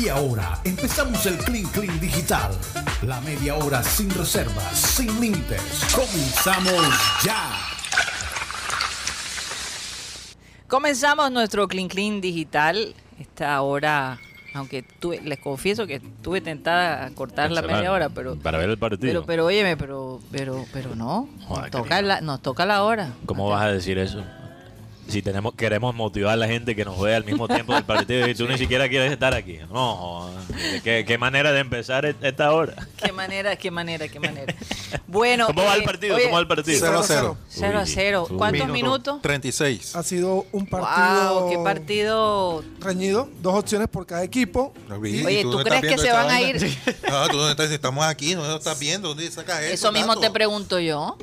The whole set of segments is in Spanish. Y ahora empezamos el Clean Clean Digital. La media hora sin reservas, sin límites. Comenzamos ya. Comenzamos nuestro Clean Clean Digital. Esta hora, aunque tuve- les confieso que estuve tentada a cortar la Cancelar. media hora, pero. Para ver el Pero, partido. pero óyeme, pero, pero, pero no. Joder, nos, toca querido. la, nos toca la hora. ¿Cómo vas a decir eso? Si tenemos, queremos motivar a la gente que nos vea al mismo tiempo del partido y tú ni siquiera quieres estar aquí. No, joder. ¿Qué, qué manera de empezar e- esta hora. Qué manera, qué manera, qué manera. Bueno. ¿Cómo va el eh, partido? oye, ¿Cómo va el partido? Cero a cero. Ah, Cero a Uy, cero. uy. ¿Cuántos minutos? 36. Ha sido un partido, ¡Wow! ¡Qué partido! reñido. Dos opciones por cada equipo. David, Oye, ¿tú ¿tú dónde crees estás que viendo se esta van a vaina? ir? Ah, tú dónde estás, estamos aquí, ¿dónde estás viendo? ¿Dónde sacas Ah. eso? Eso mismo te pregunto yo.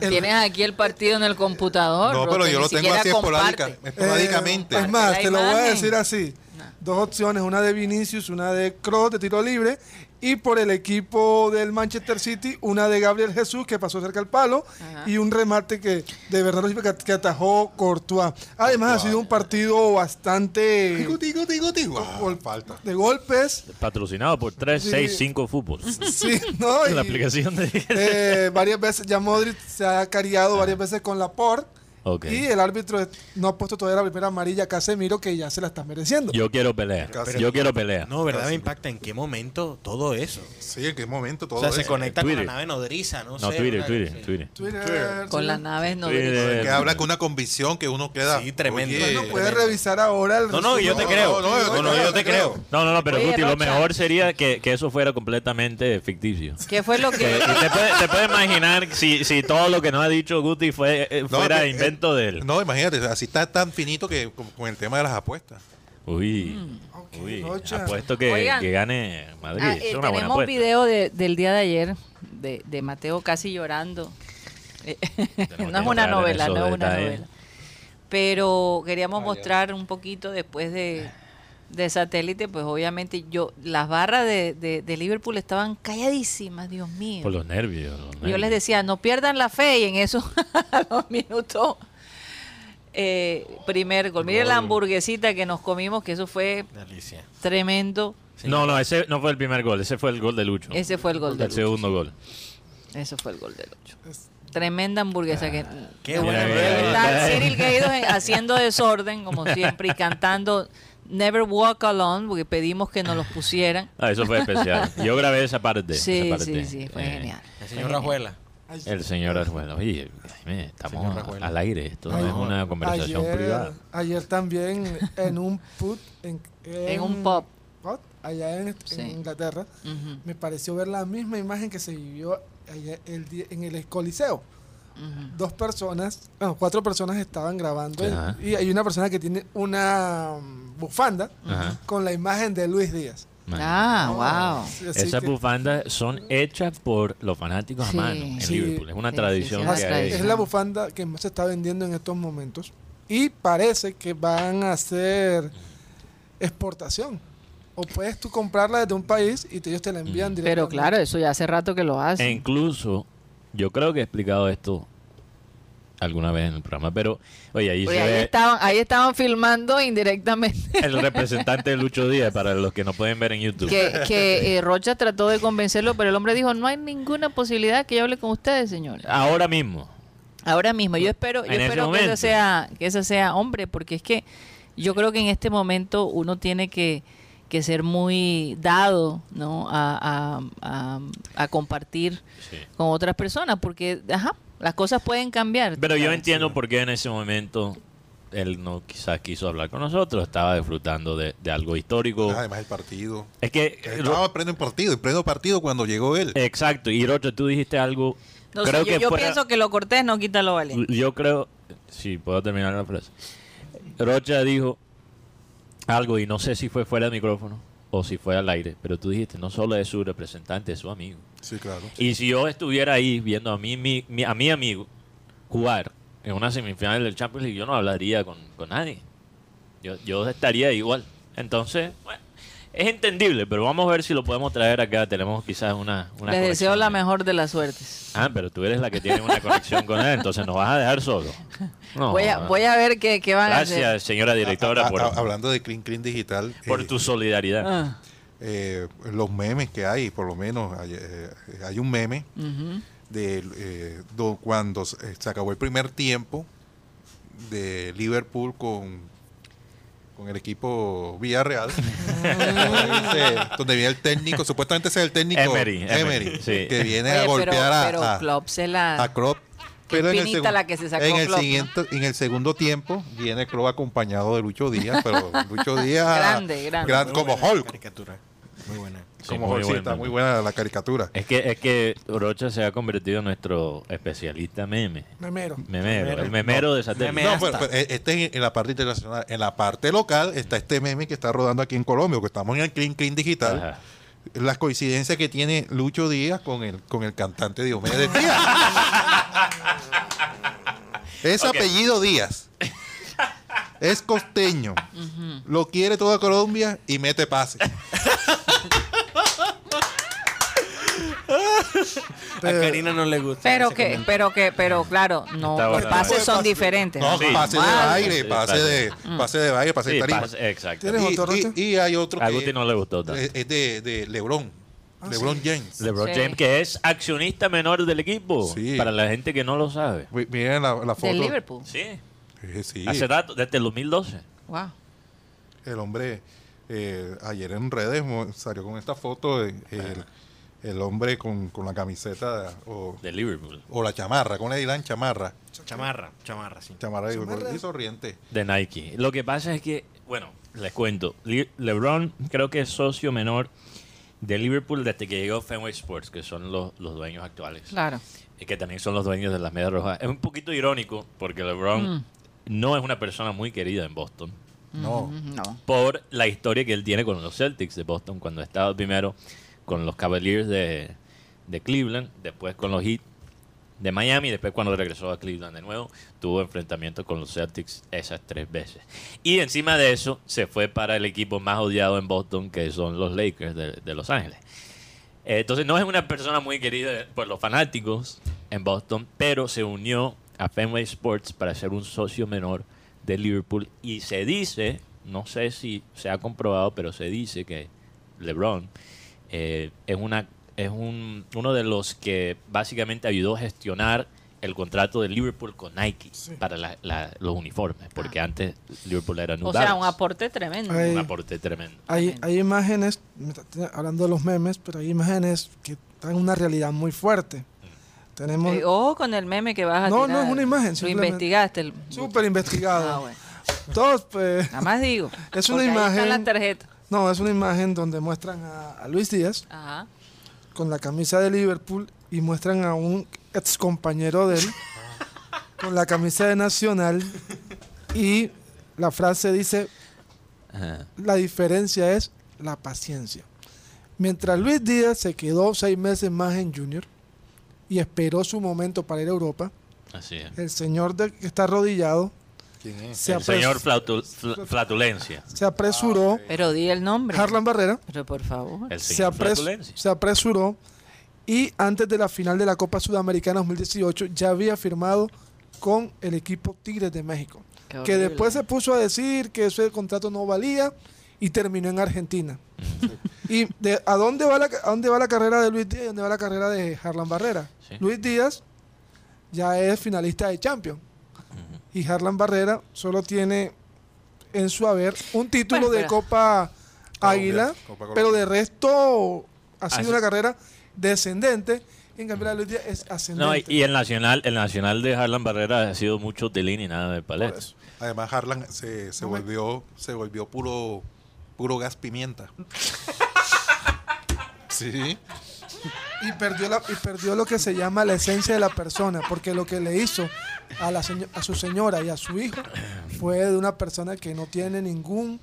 El- Tienes aquí el partido en el computador. No, pero Roque, yo ni lo tengo siquiera así esporádica- comparte. esporádicamente. Eh, es más, La te lo voy a imagen. decir así. Dos opciones, una de Vinicius, una de Kroos de tiro libre y por el equipo del Manchester City, una de Gabriel Jesús que pasó cerca al palo Ajá. y un remate que de Bernardo Silva que, que atajó Courtois. Además ha sido un partido bastante Tigo, tigo, tigo, tigo. Ah, Gol. falta. de golpes. Patrocinado por 365 Fútbol. Sí, ¿no? La Y- aplicación de... Eh, varias veces, ya Modric se ha cariado varias veces con Laporte. Ok. Y el árbitro no ha puesto todavía la primera amarilla a Casemiro, que ya se la está mereciendo. Yo quiero pelea. Casi. Yo quiero pelea. No, ¿verdad? Me impacta en qué momento todo eso. Sí, en qué momento todo o sea, se eso. conecta Twitter. con la nave nodriza, no, No, sé. Twitter, una- Twitter, sí. Twitter. Twitter, Con sí. las naves no. Twitter. Que habla con una convicción que uno queda. Sí, tremendo. oye, Bueno, puede tremendo. revisar ahora el No, no, yo te No, creo. no, no, No, no, yo te creo. No, no, no, pero Oye, Guti, lo Rocha. mejor sería que, que eso fuera completamente ficticio. ¿Qué fue lo que.? Que- Eh, y te puedes te puedes imaginar si, si todo lo que nos ha dicho Guti fue, eh, No, fuera que- invento de él. No, imagínate, así está tan finito que con, con el tema de las apuestas. Uy, Ok, uy, Rocha. apuesto que, Mm. Oigan. que gane Madrid. Ah, eh, es una buena tenemos un apuesta. video de- del día de ayer de, de Mateo casi llorando. Eh, que no es entrar una en novela, esos no es una detalles. novela. Pero queríamos mostrar un poquito después de, de satélite, pues obviamente yo, las barras de, de- de Liverpool estaban calladísimas, Dios mío. Por los nervios. los Yo nervios. les decía, no pierdan la fe y en eso, a los minutos, eh, primer gol. Miren la hamburguesita que nos comimos, que eso fue Delicia. tremendo. No, no, ese no fue el primer gol, ese fue el gol de Lucho. Ese fue el gol del El segundo gol. Eso fue el gol del 8. Tremenda hamburguesa que... Ah, Qué Mira, buena mira, rueda. Está ahí está. Cyril Gaydos en- haciendo desorden, como siempre, y cantando Never Walk Alone, porque pedimos que nos los pusieran. Ah, eso fue especial. Yo grabé esa parte. esa Sí, parte. sí, sí, fue Eh, genial. El fue señor genial. Rajuela. El señor Arjuelo. Oye, dime, Señor estamos Arjuelo. al aire. Esto no Ay, es una conversación ayer, privada. Ayer también en un put. En, En un pub. pub, allá en, en Sí. Inglaterra. Ujú, Me pareció ver la misma imagen que se vivió allá el día- en el Coliseo. ujú. dos personas, bueno, cuatro personas estaban grabando y- Ajá. y hay una persona que tiene una mm, bufanda Ajá. con la imagen de Luis Díaz. Oh, Ah, wow. Así Esas que bufandas son hechas por los fanáticos Sí. a mano en Sí. Liverpool. Es una Sí, sí, tradición sí, es una que hay. es la bufanda que más se está vendiendo en estos momentos y parece que van a hacer exportación. O puedes tú comprarla desde un país y te- ellos te la envían Pero directamente. claro, eso ya hace rato que lo E hacen. incluso, yo creo que he explicado esto alguna vez en el programa, pero oye, ahí Porque se ahí ve estaban, ahí estaban filmando indirectamente. el representante de Lucho Díaz para los que no pueden ver en YouTube. Que, que, eh, Rocha trató de convencerlo, pero el hombre dijo, no hay ninguna posibilidad que yo hable con ustedes, señores. Ahora mismo. Ahora mismo, yo espero, yo En ese espero que eso momento. sea, que eso sea hombre, porque es que yo creo que en este momento uno tiene que, que ser muy dado, ¿no? A, a- a- a compartir Sí. con otras personas, porque, ajá, las cosas pueden cambiar. Pero yo ¿sabes? entiendo por qué en ese momento él no quizás quiso hablar con nosotros, estaba disfrutando de, de algo Oh. histórico. Ah, Además, el partido. es que... Estaba prendo en partido, en pleno partido cuando llegó Eh, él. Exacto, y Rocha, tú dijiste algo... No sé, creo yo, que yo fuera- pienso que lo cortés no quita lo valiente. Yo creo, si puedo terminar la frase. Rocha dijo algo y no sé si fue fuera del micrófono o si fue al aire, pero tú dijiste, no solo es su representante, es su amigo. Sí, claro. Y si yo estuviera ahí viendo a mí, mi, mi- a mi amigo jugar en una semifinal del Champions League, yo no hablaría con, con nadie. Yo, yo estaría igual. Entonces, bueno, Es entendible, pero vamos a ver si lo podemos traer acá. Tenemos quizás una. una Les deseo conexión la ahí. mejor de las suertes. Ah, pero tú eres la que tiene una conexión con él, entonces nos vas a dejar solo. No, voy, a, voy a ver qué, qué van a hacer. Gracias, señora directora, Ah, ah, por, hablando de Clean Clean Digital, por eh, tu solidaridad. Ah, eh, los memes que hay, por lo menos hay, eh, hay un meme ujú. de eh, do- cuando se se acabó el primer tiempo de Liverpool con, con el equipo Villarreal, Ese- donde viene el técnico, supuestamente ese es el técnico Emery, Emery, Emery, sí. que viene Oye, a pero, golpear a- pero a, Klopp se la... a Klopp. Qué en el, espinita segun- la que se sacó en el Klopp, ¿no? siguiente- en el segundo tiempo viene Klopp acompañado de Lucho Díaz, pero Lucho Díaz Grande, grande. gran- Muy como buena Hulk, Caricatura. Muy buena. Sí, como muy Eh, Hulk, sí, buen está meme. muy buena la caricatura. Es que, es que Rocha se ha convertido en nuestro especialista meme. Memero. Memero, el memero de satélite. Meme No, pero, hasta. pero, eh, este es en la parte internacional, en la parte local está este meme que está rodando aquí en Colombia, que estamos en el Clean Clean Digital. Ajá. Las coincidencias que tiene Lucho Díaz con el con el cantante Diomedes Díaz. es apellido Díaz. Es costeño. Lo quiere toda Colombia y mete pase. A Karina no le gusta. Pero ese que, pero que, pero claro, no, Está los bueno. pases son Pase- diferentes. No, Sí. pase de Vale. aire, pase de, pase de aire, pase Sí, de tarima. pas- exacto. Tiene- ¿Tienes otro, Mm. Y, Rocha? y- y hay otro A que Ah, Guti no le gustó tanto. es, es de, de Lebron. Lebron James. LeBron Sí. James, que es accionista menor del equipo, Sí. para la gente que no lo sabe. Mi- Miren la, la foto. Del Liverpool. Sí, Eh, sí. hace rato, desde el 2012. Wow. El hombre, eh, ayer en redes mo- salió con esta foto, de- el, el hombre con, con la camiseta o, De Liverpool. o la chamarra, ¿cómo le dirán chamarra? meme. Chamarra, chamarra, sí. Chamarra, de ¿Chamarra? y sonriente. de Nike. Lo que pasa es que, bueno, les cuento. Le- LeBron creo que es socio menor de Liverpool desde que llegó Fenway Sports, que son los, los dueños actuales. Claro. Y que también son los dueños de las medias rojas. Es un poquito irónico porque LeBron no es una persona muy querida en Boston No. No. por la historia que él tiene con los Celtics de Boston cuando estaba primero con los Cavaliers de, de Cleveland, después con los Heat de Miami, después cuando regresó a Cleveland de nuevo, tuvo enfrentamiento con los Celtics esas tres veces. Y encima de eso, se fue para el equipo más odiado en Boston, que son los Lakers de, de Los Ángeles. Eh, Entonces no es una persona muy querida por los fanáticos en Boston, pero se unió a Fenway Sports para ser un socio menor de Liverpool y se dice, no sé si se ha comprobado, pero se dice que LeBron eh, es una es un, uno de los que básicamente ayudó a gestionar el contrato de Liverpool con Nike para la- la- los uniformes, porque antes Liverpool era New O sea, un Balance. aporte tremendo. Ay. Un aporte tremendo. Hay, hay imágenes, me está- te- hablando de los memes, pero hay imágenes que dan una realidad muy fuerte. Tenemos Eh, Ojo con el meme que vas a No, tirar. no es una imagen, Lo simplemente. investigaste. el- súper Ah, investigado. bueno. Ah. Todos, pues, Nada más digo. Es una Porque ahí está imagen- la tarjeta. no, es una imagen donde muestran a, a Luis Díaz Ajá. con la camisa de Liverpool y muestran a un ex compañero de él con la camisa de Nacional y la frase dice, Ajá. La diferencia es la paciencia. Mientras Luis Díaz se quedó seis meses más en Junior y esperó su momento para ir a Europa, Así es. el señor del que está arrodillado ¿Quién es? se, el apres- señor flautu- fl- Flatulencia. se apresuró, Pero di el nombre. Harlan Barrera, Pero por favor. El se, señor apres- Flatulencia. se apresuró y antes de la final de la Copa Sudamericana 2018 ya había firmado con el equipo Tigres de México, Qué que horrible. después se puso a decir que ese contrato no valía y terminó en Argentina. ¿Y de, a, dónde va la, ca- a dónde va la carrera de Luis Díaz y dónde va la carrera de Harlan Barrera? Sí. Luis Díaz ya es finalista de Champions. Y Harlan Barrera solo tiene en su haber un título Bueno, de pero- Copa Águila, Copa Colombia. pero de resto ha sido Ah, Así- una carrera descendente. En cambio, la de Luis Díaz es ascendente. No, y, y el nacional, el nacional de Harlan Barrera ha sido mucho telín y nada de paleta. Además, Harlan se, se volvió, se volvió puro, puro gas pimienta. sí. y perdió la- y perdió lo que se llama la esencia de la persona porque lo que le hizo a la seño- a su señora y a su hijo fue de una persona que no tiene ningún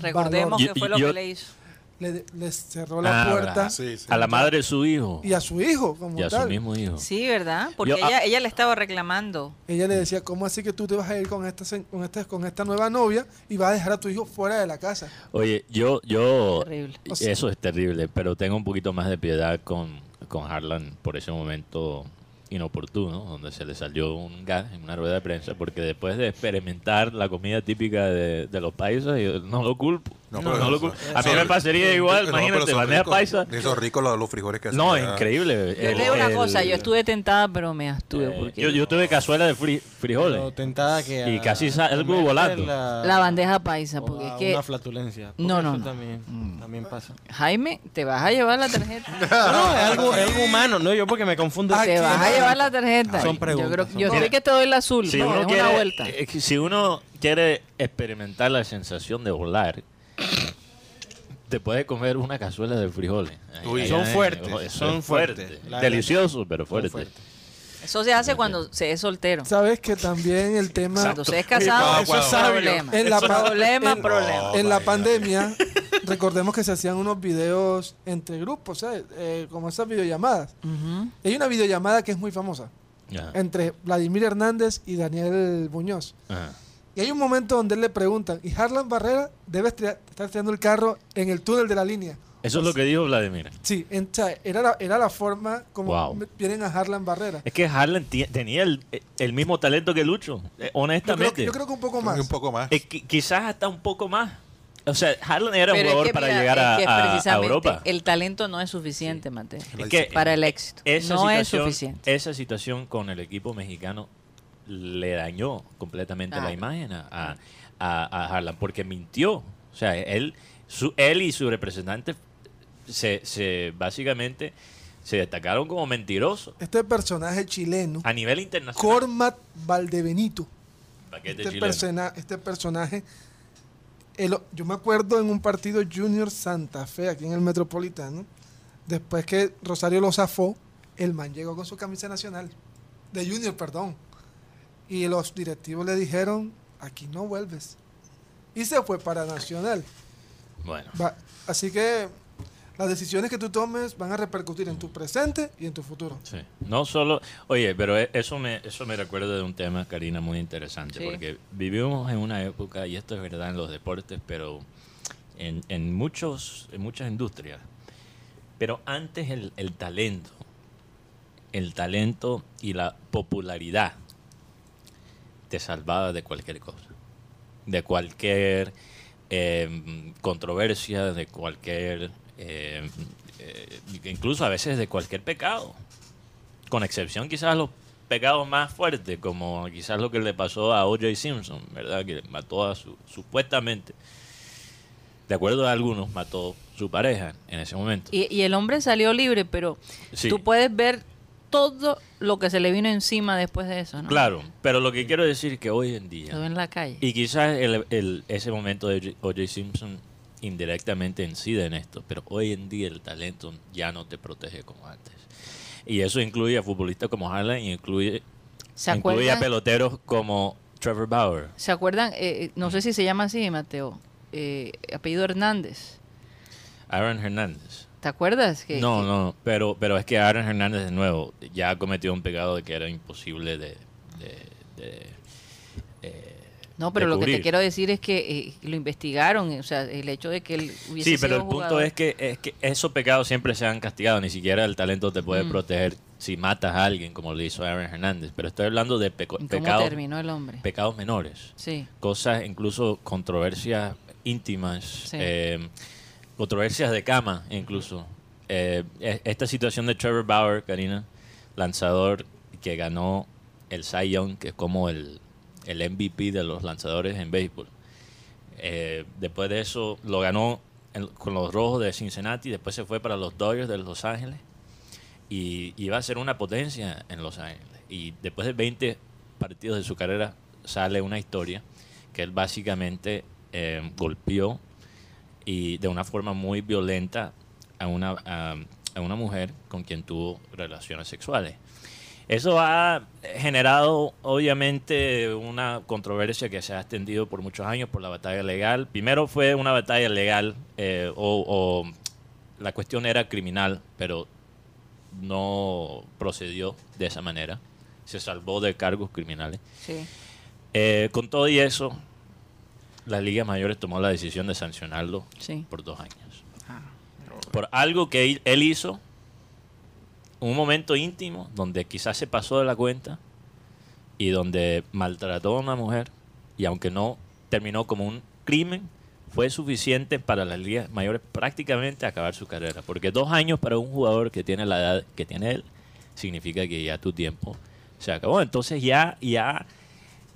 Recordemos valor. Yo- que fue lo yo- que le hizo. le- les cerró la Ah, puerta ¿verdad? Sí, sí. A la madre de su hijo. y a su hijo, como Y a su tal. mismo hijo. Sí, ¿verdad? Porque Yo, ah- ella, ella le estaba reclamando. Ella le decía, ¿cómo así que tú te vas a ir con esta, se- con esta, con esta nueva novia y vas a dejar a tu hijo fuera de la casa? Oye, yo, yo, Terrible. O sea- eso es terrible, pero tengo un poquito más de piedad con, con Harlan por ese momento inoportuno, donde se le salió un gas en una rueda de prensa, porque después de experimentar la comida típica de, de los paisas, yo no lo culpo. No, No, pero no lo eso- culpo. A mí me pasaría igual, No, pero imagínate, son la media ricos, paisa. Esos ricos los, los frijoles que hacen. No, ¿verdad? increíble. Yo El- le digo una el- cosa, yo estuve tentada, pero me abstuve. eh, porque yo, yo tuve cazuela de fri- Pero frijoles. tentada que Y a- casi a salgo comerte volando. La, la bandeja paisa, o Ah, porque a es que Una flatulencia. No, Porque no, Mm. eso no. También, también pasa. Jaime, te vas a llevar la tarjeta. No, no, es algo, es algo humano. No, yo porque me confundo. Ah, te vas a llevar la tarjeta. Son preguntas, yo creo son yo sé preguntas. que te doy el azul, si pero uno es quiere, una vuelta. eh, que si uno quiere experimentar la sensación de volar, te puedes comer una cazuela de frijoles. Ay, Uy, ay, son ay, fuertes, ojo, eso son es fuerte. fuertes. La- Delicioso, pero fuerte. fuertes. Eso se hace cuando se es soltero. Sabes que también el tema Cuando se es casado, Eso es sabio. problema. En la pa- problema, en- problema. No, en la imagínate. pandemia, recordemos que se hacían unos videos entre grupos, ¿sabes? Eh, como esas videollamadas. Ujú. Hay una videollamada que es muy famosa Ah. Ajá, entre Vladimir Hernández y Daniel Muñoz. ajá. Y hay un momento donde le preguntan, y Harlan Barrera debe estre- estar tirando el carro en el túnel de la línea. Eso es lo que dijo Vladimir. Sí, en- o sea, era, la, era la forma como Wow. me- vienen a Harlan Barrera. Es que Harlan ti- tenía el, el mismo talento que Lucho, eh, Yo creo, honestamente. que- yo creo que un poco Creo que más. Un poco más. Eh, qui- quizás hasta un poco más. O sea, Harlan era Pero un es jugador que, para mira, llegar es a, que a- a precisamente Europa. El talento no es suficiente, Mateo. Es que Para el éxito. esa no es situación, suficiente. Esa situación con el equipo mexicano le dañó completamente Claro. la imagen a, a, a- a Haaland, porque mintió. O sea, él, su, él y su representante se, se básicamente se destacaron como mentirosos Este personaje chileno, a nivel internacional. Cormat Valdebenito. Paquete Este, chileno. persona- este personaje, el- yo me acuerdo en un partido Junior Santa Fe, aquí en el Metropolitano, después que Rosario lo zafó, el man llegó con su camisa nacional, de Junior, perdón. Y los directivos le dijeron, aquí no vuelves. Y se fue para Nacional. Bueno, Va- así que las decisiones que tú tomes van a repercutir en tu presente y en tu futuro. sí. No solo. Oye, pero e- eso me, eso me recuerda de un tema, Karina, muy interesante, Sí. porque vivimos en una época, y esto es verdad en los deportes, pero en, en muchos, en muchas industrias. Pero antes el, el talento, el talento y la popularidad te salvaba de cualquier cosa, de cualquier eh, controversia, de cualquier, eh, eh, incluso a veces de cualquier pecado, con excepción quizás a los pecados más fuertes, como quizás lo que le pasó a O.J. Simpson, ¿verdad? Que mató a su, supuestamente de acuerdo a algunos, mató su pareja en ese momento. Y, y el hombre salió libre, pero Sí. tú puedes ver todo lo que se le vino encima después de eso, ¿no? Claro, pero lo que quiero decir que hoy en Todo día, en la calle. y quizás el- el- ese momento de O.J. Simpson indirectamente incide en esto, pero hoy en día el talento ya no te protege como antes. Y eso incluye a futbolistas como Harlan y incluye, ¿Se incluye a acuerdan? peloteros como Trevor Bauer. ¿Se acuerdan? Eh, eh, no sé si se llama así, Mateo. Eh, apellido Hernández. Aaron Hernández. ¿Te acuerdas? Que, No, que- no, pero, pero es que Aaron Hernández de nuevo ya cometió un pecado de que era imposible de... de- de- eh, No, pero de lo que te cubrir. quiero decir es que eh, lo investigaron. O sea, el hecho de que él hubiese Sí, pero sido el punto jugador- es que, es que esos pecados siempre se han castigado, ni siquiera el talento te Mm. puede proteger si matas a alguien como le hizo Aaron Hernández, pero estoy hablando de peco- ¿Cómo pecados, terminó el hombre? pecados menores, Sí. cosas incluso controversias íntimas, Sí. eh, controversias de cama incluso. Eh, e- esta situación de Trevor Bauer, Karina, lanzador que ganó el Cy Young, que es como el, el MVP de los lanzadores en béisbol. Eh, después de eso lo ganó en- con los Rojos de Cincinnati, después se fue para los Dodgers de Los Ángeles y iba a ser una potencia en Los Ángeles. Y después de 20 partidos de su carrera sale una historia que él básicamente eh, golpeó y de una forma muy violenta a una, a- a una mujer con quien tuvo relaciones sexuales. Eso ha generado, obviamente, una controversia que se ha extendido por muchos años por la batalla legal. Primero fue una batalla legal, eh, o, o la cuestión era criminal, pero no procedió de esa manera. Se salvó de cargos criminales. Sí. Eh, con todo y eso, la Liga Mayores tomó la decisión de sancionarlo Sí. por dos años. Por algo que él- él hizo, un momento íntimo, donde quizás se pasó de la cuenta y donde maltrató a una mujer, y aunque no terminó como un crimen, fue suficiente para las ligas mayores prácticamente acabar su carrera. Porque dos años para un jugador que tiene la edad que tiene él, significa que ya tu tiempo se acabó. Entonces ya, ya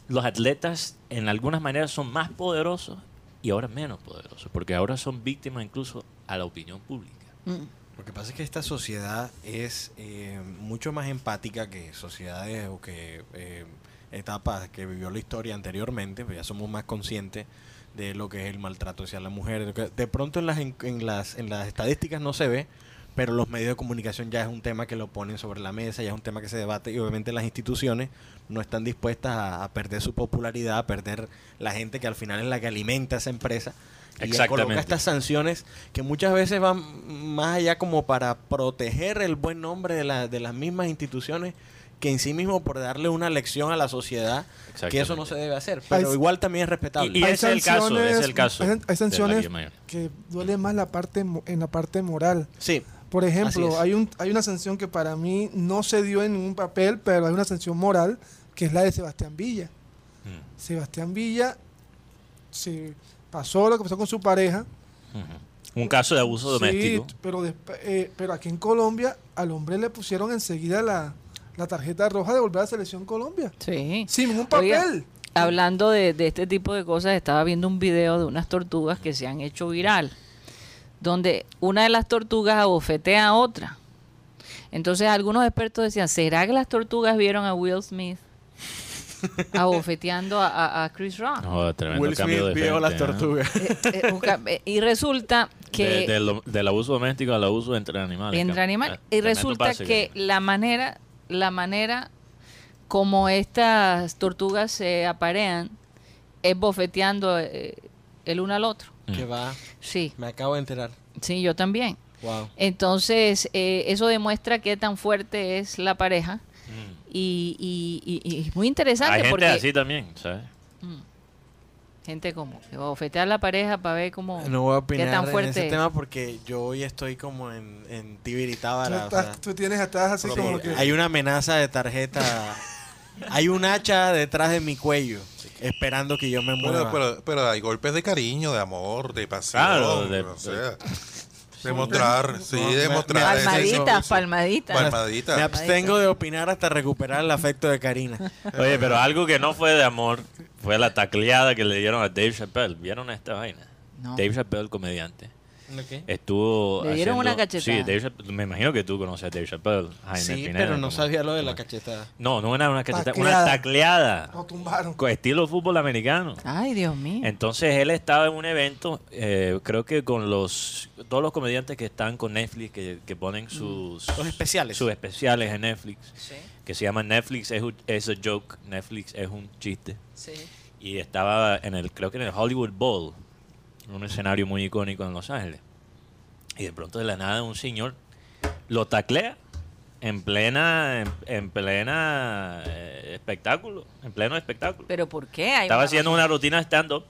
los atletas en algunas maneras son más poderosos y ahora menos poderosos, porque ahora son víctimas incluso a la opinión pública. Mm. Lo que pasa es que esta sociedad es eh, mucho más empática que sociedades o que eh, etapas que vivió la historia anteriormente, pues ya somos más conscientes de lo que es el maltrato hacia la mujer. lo que- De pronto en las, en, en las, en las estadísticas no se ve, pero los medios de comunicación ya es un tema que lo ponen sobre la mesa, ya es un tema que se debate y obviamente las instituciones no están dispuestas a, a perder su popularidad, a perder la gente que al final es la que alimenta esa empresa. Y ya coloca Exactamente. estas sanciones que muchas veces van más allá como para proteger el buen nombre de, la- de las mismas instituciones que en sí mismo por darle una lección a la sociedad que eso no se debe hacer. Pero Hay- igual también es respetable. Y Hay ese es el caso, ese es el sanciones- caso hay- de Hay la sanciones Liga Mayor. que duele más la parte mo- en la parte moral. sí. Por Así es. ejemplo, hay, un, hay una sanción que para mí no se dio en ningún papel, pero hay una sanción moral que es la de Sebastián Villa. Mm. Sebastián Villa se pasó lo que pasó con su pareja. Ujú. mm, Un caso de abuso doméstico. Sí, pero, desp- eh, pero aquí en Colombia al hombre le pusieron enseguida la, la tarjeta roja de volver a la selección Colombia. Sí. Sin ningún Oiga, papel. hablando de, de este tipo de cosas, estaba viendo un video de unas tortugas que se han hecho viral, donde una de las tortugas abofetea a otra. Entonces algunos expertos decían, ¿será que las tortugas vieron a Will Smith abofeteando a, a- a Chris Rock? No, tremendo Will cambio Smith de vio las frente, ¿eh? tortugas. Eh, eh, busca- eh, y resulta que... De- del, del abuso doméstico al abuso entre animales. entre Cam- animales. Ah, Y tremendo resulta pase que la manera, la manera como estas tortugas se aparean es bofeteando eh, el uno al otro. Que va, Sí, me acabo de enterar. sí, yo también. Wow. Entonces, eh, eso demuestra qué tan fuerte es la pareja. Mm. Y, y- y- y es muy interesante Hay gente porque así también, ¿sabes? gente como que bofetea a la pareja para ver cómo No voy a qué opinar tan en fuerte ese es. tema porque yo hoy estoy como en, en tibiritábara. tú, o estás- sea, tú tienes estás así sí, como que Hay una amenaza de tarjeta. hay un hacha detrás de mi cuello esperando que yo me Pero, mueva. pero, pero hay golpes de cariño, de amor, de pasión. Claro, de- o sea, demostrar, sí, demostrar. ese- palmaditas, ese- palmaditas. Palmadita. Eh, Me abstengo de opinar hasta recuperar el afecto de Karina. Oye, pero algo que no fue de amor fue la tacleada que le dieron a Dave Chappelle. ¿Vieron esta vaina? No. Dave Chappelle, el comediante. Eh, Estuvo. Le dieron haciendo- una cachetada. Sí, Dave Chappelle- me imagino que tú conoces a Dave Chappelle. Jaime sí, Pineda, pero no como- sabía lo de la como- cachetada. No, no era una cachetada, una Tacleada. tacleada. lo tumbaron. Con estilo fútbol americano. Ay, Dios mío. Entonces él estaba en un evento, eh, creo que con los todos los comediantes que están con Netflix, que, que Mm. ponen sus, Los especiales. sus especiales en Netflix, Sí, que se llama Netflix es, un- es a joke, Netflix es un chiste. sí. Y estaba en el, creo que en el Hollywood Bowl, un escenario muy icónico en Los Ángeles. Y de pronto de la nada un señor lo taclea en plena, en, en plena eh, espectáculo, en pleno espectáculo. Pero ¿por qué? Hay Estaba una haciendo una rutina de stand-up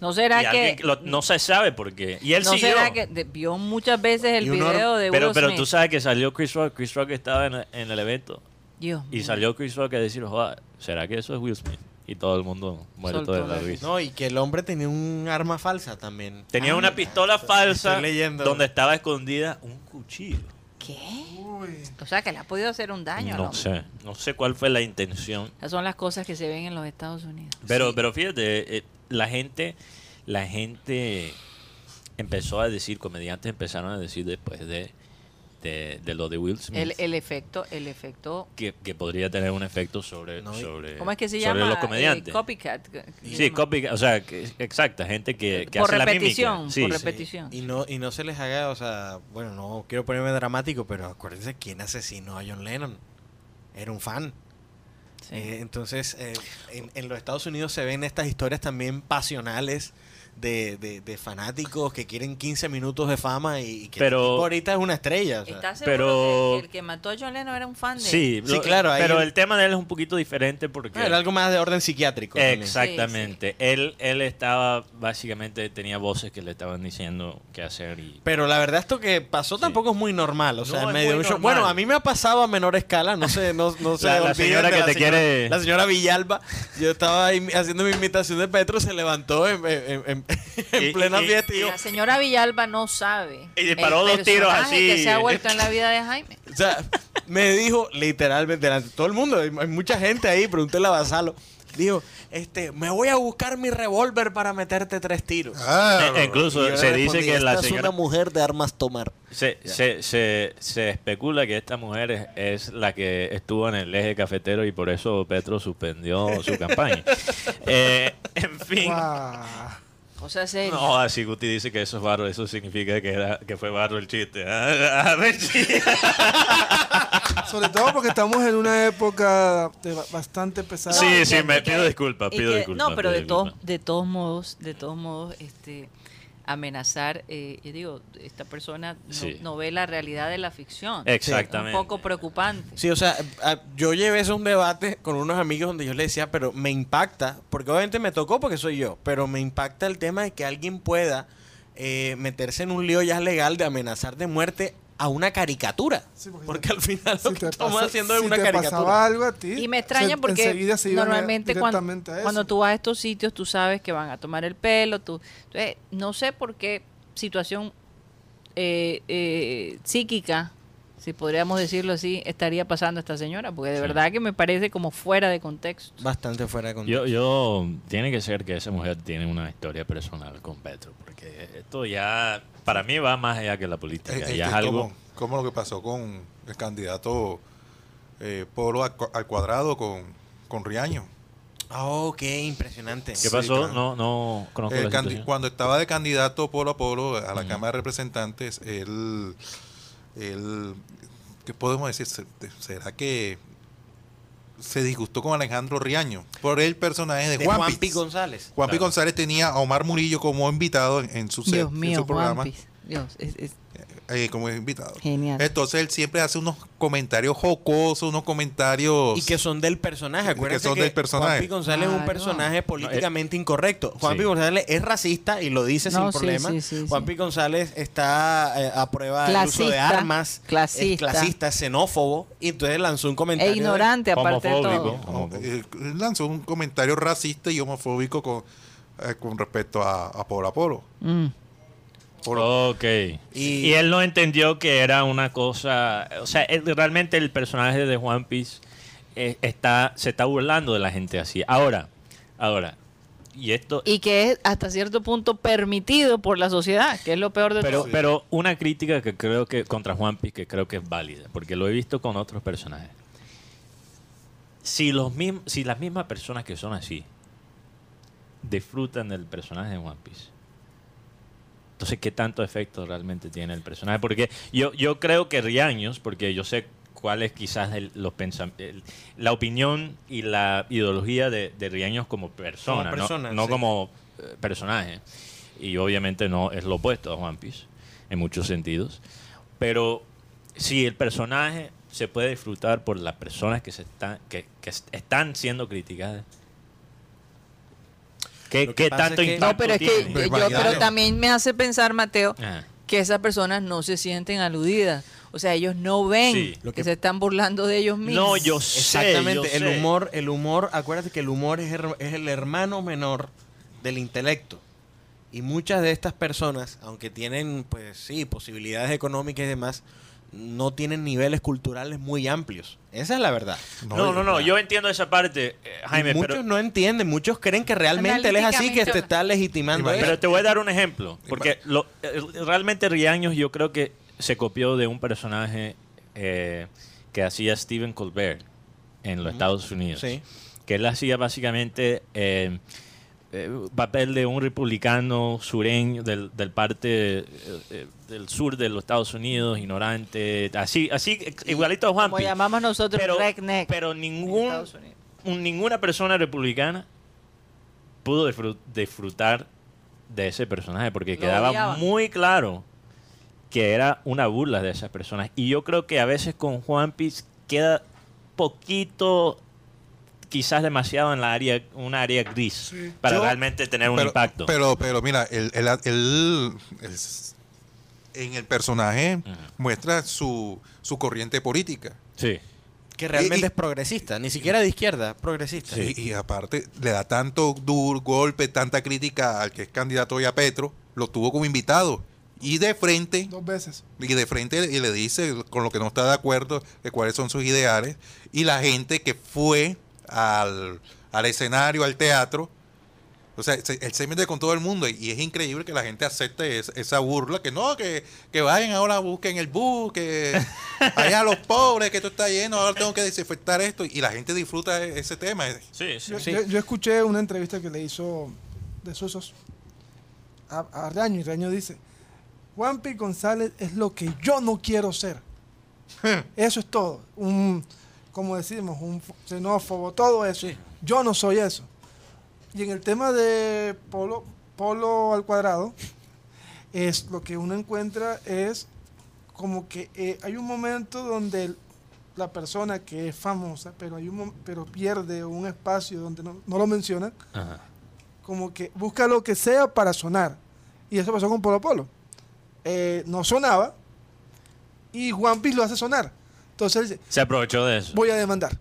¿No y será que, alguien que lo- no se sabe por qué. Y él no siguió. será que de- vio muchas veces el Y uno- video de pero, Will pero Smith? tú sabes que salió Chris Rock. Chris Rock estaba en, en el evento. Dios Y mío. salió Chris Rock a decir, "Joda, ¿será que eso es Will Smith? Y todo el mundo muerto Soltó de la la- risa. No, y que el hombre tenía un arma falsa también. Tenía Ah, una pistola falsa estoy leyendo. donde estaba escondida un cuchillo. ¿Qué? Uy. O sea, que le ha podido hacer un daño. al No hombre. sé. No sé cuál fue la intención. Esas son las cosas que se ven en los Estados Unidos. Pero, pero fíjate, eh, la gente, la gente empezó a decir, comediantes empezaron a decir después de, de, de lo de Will Smith. El, el efecto, el efecto... que, que podría tener un efecto sobre, No, y- sobre, ¿Cómo es que se sobre llama? los Eh, comediantes. copycat. que- que se Sí, llama. copycat, o sea, que- exacta, gente que, que Por hace la repetición, mímica. Sí, por sí. repetición. Y no, y no se les haga, o sea, bueno, no quiero ponerme dramático, pero acuérdense quién asesinó a John Lennon. era un fan. Sí. Eh, entonces, eh, en, en los Estados Unidos se ven estas historias también pasionales de, de- de fanáticos que quieren 15 minutos de fama y, y que Pero- el tipo ahorita es una estrella. o sea. ¿Estás seguro Pero- que- que el que mató a John Lennon era un fan de Sí, Sí, lo- claro, ahí Pero el- el tema de él es un poquito diferente porque. No, era algo más de orden psiquiátrico. también. Exactamente. Él, él estaba, básicamente, tenía voces que le estaban diciendo qué hacer y. Pero la verdad esto que pasó Sí. tampoco es muy normal, o No, sea, en es medio de muy un show. normal. Bueno, a mí me ha pasado a menor escala, no sé, no, no sé. La- la olviden señora de que te señora- quiere- La señora Villalba, yo estaba im- haciendo mi imitación de Petro, se levantó en, en- en- en Y- plena y- fiesta y dijo, La señora Villalba no sabe. Y disparó el dos tiros personaje así. que se ha vuelto en la vida de Jaime. o sea, me dijo literalmente delante de todo el mundo, hay hay mucha gente ahí, pregúntele a Basalo. Dijo, este, me voy a buscar mi revólver para meterte tres tiros. Ah, Eh, Y yo incluso le se dice respondí, que "Esta la es señora. una mujer de armas tomar. Se, se, se, se especula que esta mujer es, es la que estuvo en el eje cafetero y por eso Petro suspendió su campaña. Eh, en fin. Guau. Cosa seria. No, así Guti dice que eso es barro, eso significa que, era, que fue barro el chiste. Ah, ah, Richie. Sobre todo porque estamos en una época de ba- bastante pesada. Sí, No, sí, y me que- pido disculpas, y pido que- disculpas. No, pero pido de todos, disculpas. de todos modos, de todos modos, este, amenazar, eh, yo digo, esta persona no, Sí. no ve la realidad de la ficción. Exactamente. Un poco preocupante. Sí, o sea, a- yo llevé eso a un debate con unos amigos donde yo les decía, pero me impacta, porque obviamente me tocó porque soy yo, pero me impacta el tema de que alguien pueda eh, meterse en un lío ya legal de amenazar de muerte a una caricatura. Sí, porque- porque al final Si lo que te estamos pasa- haciendo es si una te caricatura. pasaba algo a ti. Y me extraña se- porque enseguida se iban a- normalmente cuando, directamente a eso. cuando tú vas a estos sitios, tú sabes que van a tomar el pelo. Tú, entonces, no sé por qué situación eh, eh, psíquica, si podríamos decirlo así, estaría pasando esta señora, porque de Sí. verdad que me parece como fuera de contexto. Bastante fuera de Yo, contexto. yo, tiene que ser que esa mujer tiene una historia personal con Petro, porque esto ya, para mí va más allá que la política, eh, ya este, es algo... como, como lo que pasó con el candidato eh, Polo al, cu- al cuadrado con, con Riaño. Ah, Oh, qué impresionante. ¿Qué pasó? claro. Eh, No, no conozco El la candi- situación. cuando estaba de candidato Polo a Polo a la Cámara de Representantes, él, él, ¿qué podemos decir? Se- te- ¿Será que se disgustó con Alejandro Riaño por el personaje de, De Juan, Juan Piz? P. González. Juan P. Claro. González tenía a Omar Murillo como invitado en, en su, set- Dios en mío, su programa. Juanpis. Dios, es, es eh, como invitado. genial. Entonces él siempre hace unos comentarios jocosos, unos comentarios... Y que son del personaje, Que acuérdense son del personaje. Eh, Juan P. González es un Claro. personaje políticamente incorrecto. Juan sí. P. González es racista y lo dice sin No, sí, problema. sí, sí, Juan sí. P. González está eh, a prueba del uso de Clasista, armas, es clasista. clasista, es xenófobo y entonces lanzó un e comentario. de- ignorante, aparte de Homofóbico. todo. No, eh, lanzó un comentario racista y homofóbico con, eh, con respecto a, a Polo a Polo. Mm. Polo- Ok. Y- Y, él no entendió que era una cosa. O sea, él- realmente el personaje de One Piece eh, está, se está burlando de la gente así. Ahora, ahora. Y esto. Y que es hasta cierto punto permitido por la sociedad, que es lo peor de pero, todo. pero una crítica que creo que contra One Piece que creo que es válida, porque lo he visto con otros personajes. Si, los mism- si las mismas personas que son así disfrutan del personaje de One Piece, entonces, ¿qué tanto efecto realmente tiene el personaje? Porque yo, yo creo que Riaños, porque yo sé cuál es quizás el- los pensam- el- la opinión y la ideología de, de Riaños como persona, Como no- persona, no, sí. como eh, personaje. Y obviamente no es lo opuesto a One Piece, en muchos sentidos. Pero si el personaje se puede disfrutar por las personas que, se están, que, que est- están siendo criticadas. ¿Qué, Lo que qué pasa tanto es que- impacto No, pero es que tiene? yo, Barbaridad. pero también me hace pensar, Mateo, Ajá. que esas personas no se sienten aludidas. O sea, ellos no ven Sí. Lo que, que- se están burlando de ellos mismos. No, yo sé. Exactamente, yo el sé. humor, el humor, acuérdate que el humor es, her- es el hermano menor del intelecto. Y muchas de estas personas, aunque tienen, pues sí, posibilidades económicas y demás, no tienen niveles culturales muy amplios. Esa es la verdad. No, no, no, yo entiendo esa parte, eh, Y Jaime, muchos pero, no entienden, muchos creen que realmente él es así, que Analíticamente te está legitimando. Imagínate. pero eso. te voy a dar un ejemplo, porque lo- eh, realmente Riaños yo creo que se copió de un personaje eh, que hacía Stephen Colbert en los Estados Unidos, Sí. que él hacía básicamente eh, eh, papel de un republicano sureño del, del parte eh, eh, del sur de los Estados Unidos, ignorante, así, así ex- igualito a Juan. Como llamamos nosotros Pero, redneck pero en ningún, Estados Unidos. un- ninguna persona republicana pudo disfru- disfrutar de ese personaje porque Lo quedaba odiaban. muy claro que era una burla de esas personas. Y yo creo que a veces con Juan Piz queda poquito, quizás demasiado en la área, un área gris para Yo- realmente tener un pero, impacto. Pero, pero mira, él, él- él- él s- en el personaje muestra su, su corriente política. sí. Que realmente Y- y- es progresista, ni siquiera de izquierda, progresista. Y, y aparte, le da tanto duro golpe, tanta crítica al que es candidato hoy a Petro, lo tuvo como invitado. Y de frente, Dos veces. y de frente y le dice con lo que no está de acuerdo, de cuáles son sus ideales. Y la gente que fue al, al escenario, al teatro, o sea, se- él se mete con todo el mundo y, y es increíble que la gente acepte es- esa burla, que no, que, que vayan ahora, busquen el bus, que allá los pobres, que esto está lleno, ahora tengo que desinfectar esto. Y la gente disfruta e- ese tema. Sí, sí. Yo, Sí. yo- yo escuché una entrevista que le hizo de Susos a, a Raño y Raño dice, Juanpi González es lo que yo no quiero ser. eso es todo. Un, como decimos, un fo- xenófobo, todo eso. Yo no soy eso. Y en el tema de polo, polo al cuadrado, es lo que uno encuentra es como que eh, hay un momento donde el- la persona que es famosa, pero, hay un, mom- pero pierde un espacio donde no, no lo menciona, Ajá. como que busca lo que sea para sonar. Y eso pasó con Polo Polo. Eh, no sonaba y Juan Piz lo hace sonar. Entonces él dice, Se aprovechó de eso. voy a demandar.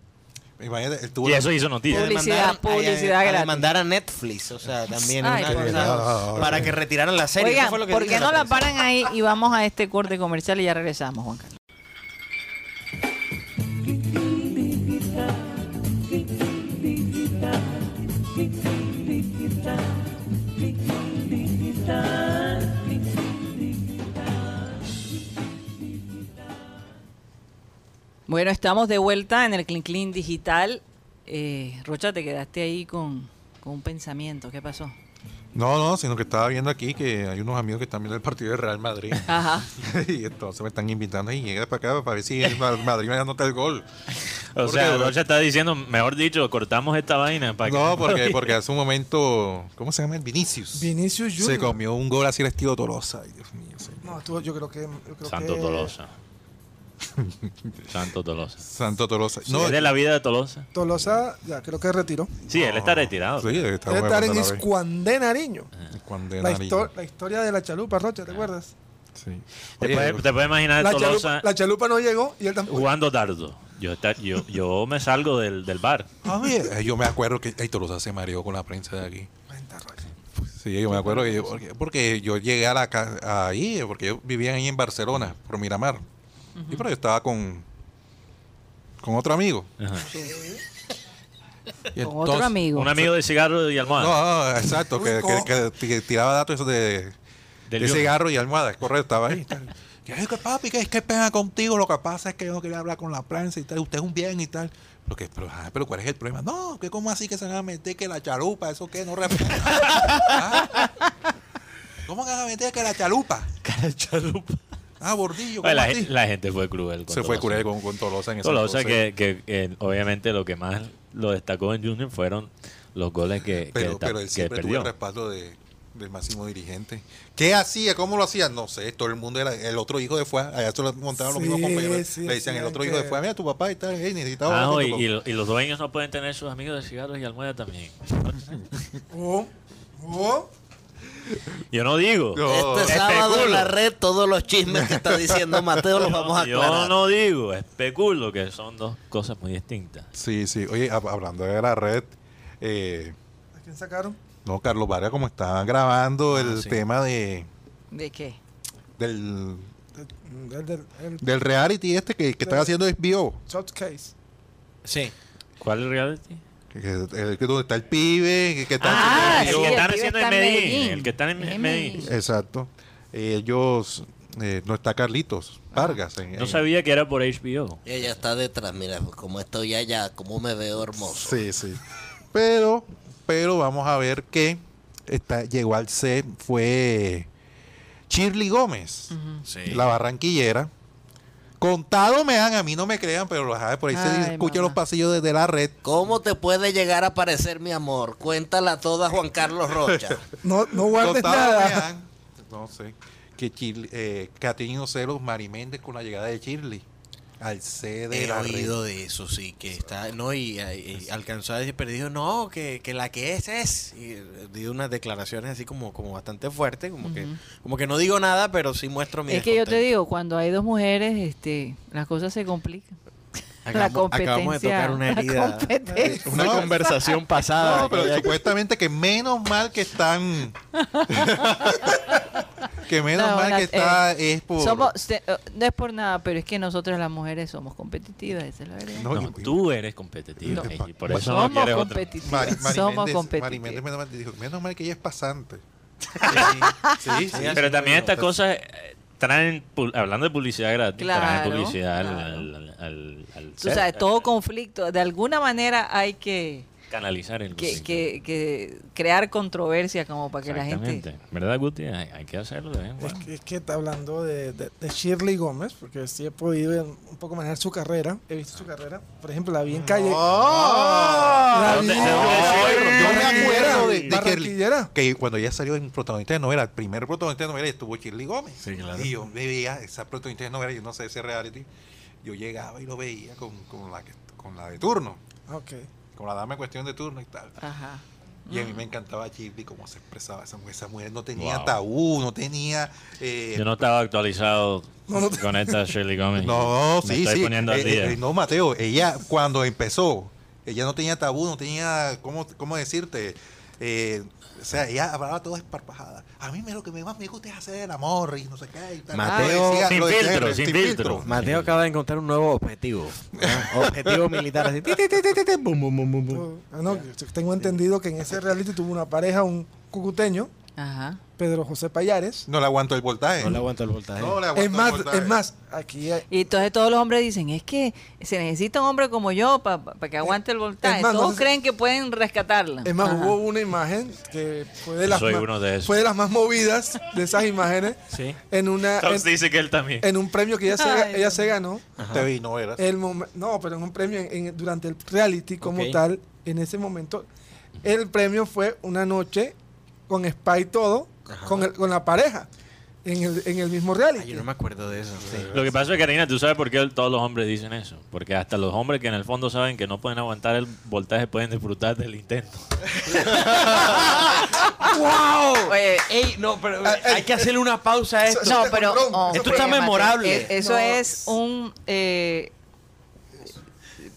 Imagínate, él tuvo Y la- eso hizo noticia. Publicidad, publicidad a, gratis. demandar a Netflix, o sea, también Ay, una por cosa, favor. para que retiraran la serie. Oigan, Eso fue lo que ¿por dijo qué no la prensa. paran ahí y vamos a este corte comercial y ya regresamos, Juan Carlos? Bueno, estamos de vuelta en el Clean Clean Digital. Eh, Rocha, te quedaste ahí con, con un pensamiento. ¿Qué pasó? No, no, sino que estaba viendo aquí que hay unos amigos que están viendo el partido de Real Madrid. Ajá. y entonces me están invitando y llega para acá para ver si el Ma- Madrid me anota el gol. O ¿Por sea, qué? Rocha está diciendo, mejor dicho, cortamos esta vaina para No, que... porque, porque hace un momento, ¿cómo se llama el Vinicius? Vinicius se Junior. comió un gol así al estilo Tolosa. Ay, Dios mío, señor. No, tú- yo creo que... yo creo Santo que- Tolosa. Santo Tolosa. Santo Tolosa. No, No, es de la vida de Tolosa. Tolosa, ya creo que retiró. Sí, él está retirado. sí, está Debe bueno estar en cuando la ve. Iscuandé, Nariño. Cuando La, era niño. histo- la historia de la chalupa, Rocha, Ah. ¿te acuerdas? Sí. Te Oye, puedes, te puedes imaginar a La Ah, Tolosa chalupa, la chalupa no llegó y él tampoco. jugando dardo. Yo, está- yo, yo me salgo del, del bar. ah, mira, yo me acuerdo que ay, Tolosa se mareó con la prensa de aquí. Cuenta, Rocha. Sí, yo me acuerdo que yo, porque, porque yo llegué a la ca- ahí, porque yo vivía ahí en Barcelona, por Miramar. Y pero yo estaba con, con otro amigo. Y Con otro entonces- amigo. Un amigo de cigarro y No, almohada. no, exacto, que, que- que t- tiraba datos esos de, Del de guión. cigarro y almohada, es correcto, estaba ahí. Y, "Ay, que papi, que es que pena contigo, lo que pasa es que yo no quería hablar con la prensa y tal, usted es un bien y tal. Pero, que, pero, ah, pero ¿cuál es el problema? No, que cómo así que se van a meter que la chalupa, eso que no respeta. Ah, ¿Cómo van a meter que la chalupa? Ah, Oye, bordillo, ¿cómo la, así? gen- la gente fue cruel. con Se fue Tolosa. curé con, con Tolosa en ese Tolosa, entonces. que, que eh, obviamente lo que más lo destacó en Junior fueron los goles que, que Pero, ta- pero él que siempre tuvo el perdió. respaldo de, del máximo dirigente. ¿Qué hacía? ¿Cómo lo hacía? No sé, todo el mundo era el otro hijo de fue. Allá se lo montaban los Sí, mismos compañeros. sí, le decían el hacían otro hijo que- de fue. Mira, tu papá y tal, hey, necesitaba Ah, hablar con y, tu y papá". lo- y los dueños no pueden tener sus amigos de cigarros y almohada también. Oh, oh. Yo no digo. No, Este sábado en especulo. la red todos los chismes que está diciendo Mateo los vamos a Yo aclarar. no digo, especulo que son dos cosas muy distintas. Sí, sí. Oye, hab- hablando de la red, eh, ¿A quién sacaron? no, Carlos Vargas, como estaban grabando Ah, el sí. tema de ¿De qué? del, El, el, mm, del- el del reality este que, que están haciendo HBO. soft case. Sí. ¿Cuál es el reality? Que, que- el- que donde está el pibe, que, que está Ah, el sí, que el están pibe haciendo está en en Medellín. Medellín. El que están en, En Medellín. Medellín. Exacto. Ellos, eh, no está Carlitos Vargas. en- No en- sabía que era por HBO. Y ella está detrás, mira, como estoy allá, como me veo hermoso. Sí, sí. Pero pero vamos a ver que está, llegó al C, fue Shirley Gómez, Sí. la barranquillera. Contado me dan, a mí no me crean, pero ajá, por ahí se Ay, escuchan mamá. los pasillos desde la red. ¿Cómo te puede llegar a parecer mi amor? Cuéntala toda Juan Carlos Rocha. No, no guardes Contado me nada. dan, no sé, que Shirley- eh, Catherine Ocelos, Mari Méndez con la llegada de Shirley al C de He la red. oído de eso, sí, que está, no, y, eh, y- y alcanzó a decir, pero dijo, no, que, que la que es es, y eh, dio unas declaraciones así como, como bastante fuertes, como que, como que no digo nada, pero sí muestro mi Es que yo te descontento. digo, cuando hay dos mujeres, este, las cosas se complican. la Acabamos- competencia. acabamos de tocar una la herida. competencia. Una No. conversación pasada. No, pero supuestamente que menos mal que están. que menos No, mal las- eh, que está es por. Somos, se- eh, no es por nada, pero es que nosotras las mujeres somos competitivas, esa es la verdad. No, No, y- tú eres competitivo. No. Y por eso no somos quieres otra. competitivas. Mari- Mari somos Méndez- Mari Méndez competitivas. menos mal- dijo, menos mal que ella es pasante. Sí, sí, así Pero lo digo. también estas pues. cosas eh, traen, pu- hablando de publicidad gratis, Claro, traen publicidad al- claro. al, al, al- al Tú ser, sabes, todo al- conflicto, de alguna manera hay que, canalizar el que, conflicto. que- que crear controversia como para que la gente... Exactamente. ¿Verdad, Guti? Hay, hay que hacerlo. de vez en Es cuando. que, es que está hablando de, de- de Shirley Gómez, porque sí he podido ver un poco manejar su carrera. He visto su carrera. Por ejemplo, la vi en calle. La ¿Dónde- vi- dónde- Ah. Yo me acuerdo de, de que, Barranquillera. que cuando ella salió en protagonista de novela, el primer protagonista de novela estuvo Shirley Gómez. Sí, claro. Y yo me veía esa protagonista de novela, yo no sé ese reality. Yo llegaba y lo veía con, con la que- con la de turno, Ah, ok. con la dama en cuestión de turno y tal. Ajá. Y a mí me encantaba Shirley cómo se expresaba esa mujer. Esa mujer no tenía Wow. tabú, no tenía. eh, Yo no estaba actualizado No, no te- con esta Shirley Gómez. no, Me sí, estoy sí. poniendo al Eh, día. eh, no, Mateo, ella cuando empezó, ella no tenía tabú, no tenía. ¿Cómo, cómo decirte? Eh, o sea, ella hablaba todo esparpajada. A mí me- lo que me- más me gusta es hacer el amor y no sé qué. y tal. Mateo- Lo decía- Sin lo decía- filtro, sin filtro. Mateo acaba de encontrar un nuevo objetivo. ¿verdad? objetivo militar así. ti, ti, ti, ti, ti, ti, bum, bum, bum, bum, bum. Tú- ah, no, yo tengo entendido que en ese reality tuvo una pareja, un cucuteño, Ajá. Pedro José Payares. No le aguanto el voltaje. No le aguanto el voltaje. No le aguanto Es el más, voltaje. es más, aquí hay- Y entonces todos los hombres dicen, es que se necesita un hombre como yo para que aguante el voltaje. es más, no todos sé si- creen que pueden rescatarla. Es más, Ajá. hubo una imagen que fue de Yo las, soy ma- uno de esos. fue de las más movidas de esas imágenes Sí. en una Entonces en, dice que él también. en un premio que ella se, Ay, ella se ganó. Te vi, no eras. Eh, El momen- no, pero en un premio en- en- durante el reality como Ok. tal, en ese momento el premio fue una noche con spa y todo con, el- con la pareja en el, en el mismo Ay, reality. yo no me acuerdo de eso. Lo que pasa es que, Karina, tú sabes por qué el- todos los hombres dicen eso. Porque hasta los hombres que en el fondo saben que no pueden aguantar el voltaje pueden disfrutar del intento. Oye, Ey, no, pero Ah, eh. hay que hacerle una pausa a esto. no, pero Esto está Mateo, memorable. e- eso es un... eh,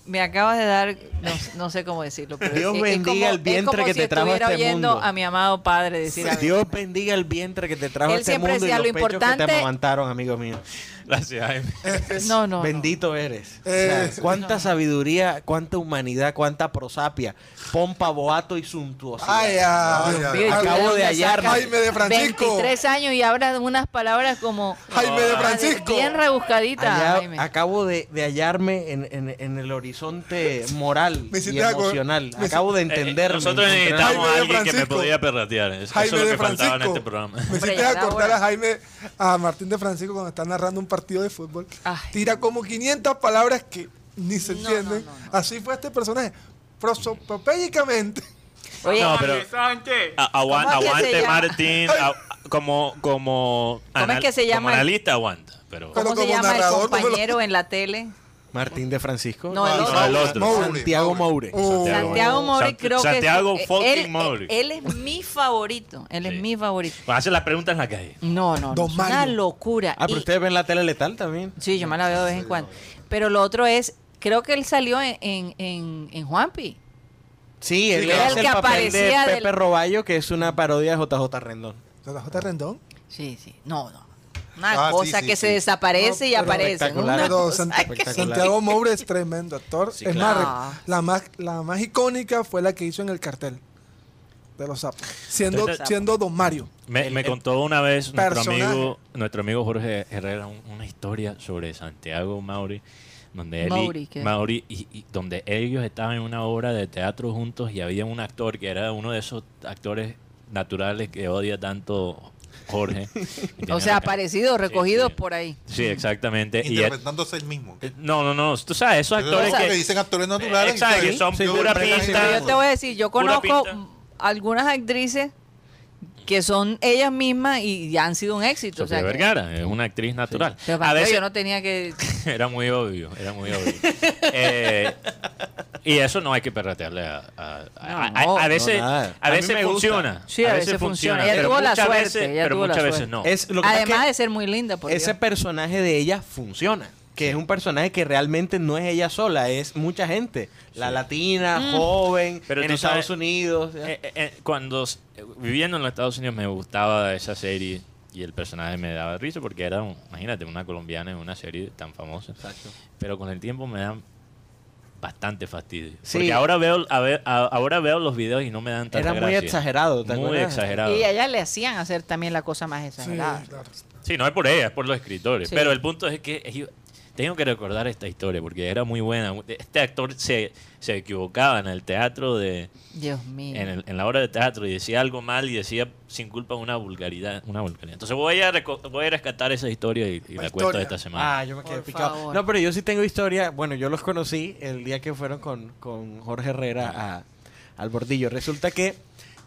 me acabas de dar, no, no sé cómo decirlo. Pero Dios es- es bendiga como- el vientre es como que si te trajo a estuviera este oyendo mundo. a mi amado padre decir algo. Pues Dios bendiga el vientre que te trajo Él a este siempre mundo y decía, los "Lo pechos que te importante- amamantaron, amigo mío. Gracias, Jaime. No, no, no. Bendito eres. O Eh, sea, cuánta sabiduría, cuánta humanidad, cuánta prosapia, pompa, boato y suntuosidad. Ay, ah. ay, Dios ay, mío, ay, Acabo Dios de me hallarme. saca Jaime de Francisco. 23 años y habla unas palabras como... Jaime de Ah, Francisco. Bien rebuscadita, Allá- Jaime. acabo de, de hallarme en, en- en el horizonte moral Me y hiciste acordar- emocional. me acabó de Eh, entender. nosotros necesitamos Jaime a de alguien que me Francisco. podía perratear. Es- Eso es Jaime lo de que faltaba en Francisco. este programa. Me Hombre, hiciste ya era acordar hora. a Jaime, a Martín de Francisco cuando está narrando un partido de fútbol. Ay. Tira como 500 palabras que ni se entienden. no, no, Así fue este personaje. Prosopopélicamente. Oye, no, pero a- aguan- ¿Cómo es que se aguante llama? Martín, a- como como, es anal- que se llama como el- analista aguanta, pero Pero ¿Cómo se como llama el narrador, no me lo- compañero en la tele? Martín de Francisco. No, el Ah, No, otro. el otro. Santiago Moure. Oh. Santiago Mori Sant- creo que... Santiago es- eh, fucking él- Mori. Él, es mi favorito. Él Sí. es mi favorito. Pues hace las preguntas en la calle. No, no, no. Don Es una Mario. locura. Ah, pero Y- ustedes ven la tele letal también. Sí, yo me la veo de vez en cuando. Pero lo otro es... Creo que él salió en, en, en, en Juanpi. Sí, él claro. hace El el que papel de aparecía del- Pepe Roballo, que es una parodia de JJ Rendón. JJ Rendón. Sí, sí. No, no. Una Ah, sí, cosa sí, que sí. se desaparece y No, pero aparece. ¿no? espectacular. Una Pero cosa Sant- que- espectacular. Santiago Moure es tremendo actor. Sí, es claro. más, Ah. re- la más, la más icónica fue la que hizo en el cartel de los sapos. Siendo, Entonces- siendo Don Mario. Me, me contó una vez nuestro personaje. amigo, nuestro amigo Jorge Herrera un- una historia sobre Santiago Mauri. donde él Mauri, y, ¿qué? Mauri y- y donde ellos estaban en una obra de teatro juntos y había un actor que era uno de esos actores naturales que odia tanto Jorge. Y tenía O sea, la cara- aparecidos, recogidos sí. por ahí. Sí, exactamente. Y eh, él- Interpretándose el mismo. no, no, no. Tú sabes, esos Entonces, actores lo que, Eh, que dicen actores naturales. Exacto, y que son pura interpretan pinta. igual. Pero yo te voy a decir, yo Pura conozco pinta. algunas actrices que son ellas mismas y ya han sido un éxito. o sea Sofía que- Vergara es una actriz natural. Pero para A qué, veces yo no tenía que... era muy obvio, era muy obvio. Eh, y eso no hay que perratearle a, a- a- a- No, a no, veces nada. a A mí veces me gusta. funciona. Sí, a veces funciona. Ella pero tuvo la muchas suerte, veces- ella pero tuvo la muchas veces suerte. no. Es, lo que pasa es que Además de ser muy linda, por ese Dios. personaje de ella funciona. Que es un personaje que realmente no es ella sola, es mucha gente. La latina, joven, Pero en tú Estados sabes- Unidos. Eh, eh, eh, cuando s- eh, viviendo en los Estados Unidos me gustaba esa serie y el personaje me daba risa porque era, un- imagínate, una colombiana en una serie tan famosa. Pero con el tiempo me dan bastante fastidio. Sí. Porque ahora veo, a ver, a- ahora veo los videos y no me dan tanta Era muy gracia. exagerado, ¿te Muy acuerdas? exagerado. Y a ella le hacían hacer también la cosa más Sí, exagerada. claro. Sí, no es por ella, es por los escritores. Sí. Pero el punto es que ellos- tengo que recordar esta historia porque era muy buena. Este actor se, se equivocaba en el teatro de, Dios mío. en, el- en la obra de teatro y decía algo mal y decía sin culpa una vulgaridad. Una vulgaridad. Entonces voy a, reco- voy a rescatar esa historia y, y la La cuento historia. esta semana. Ah, yo me quedé Por picado. favor. No, pero yo sí tengo historia. Bueno, yo los conocí el día que fueron con, con Jorge Herrera a- al bordillo. Resulta que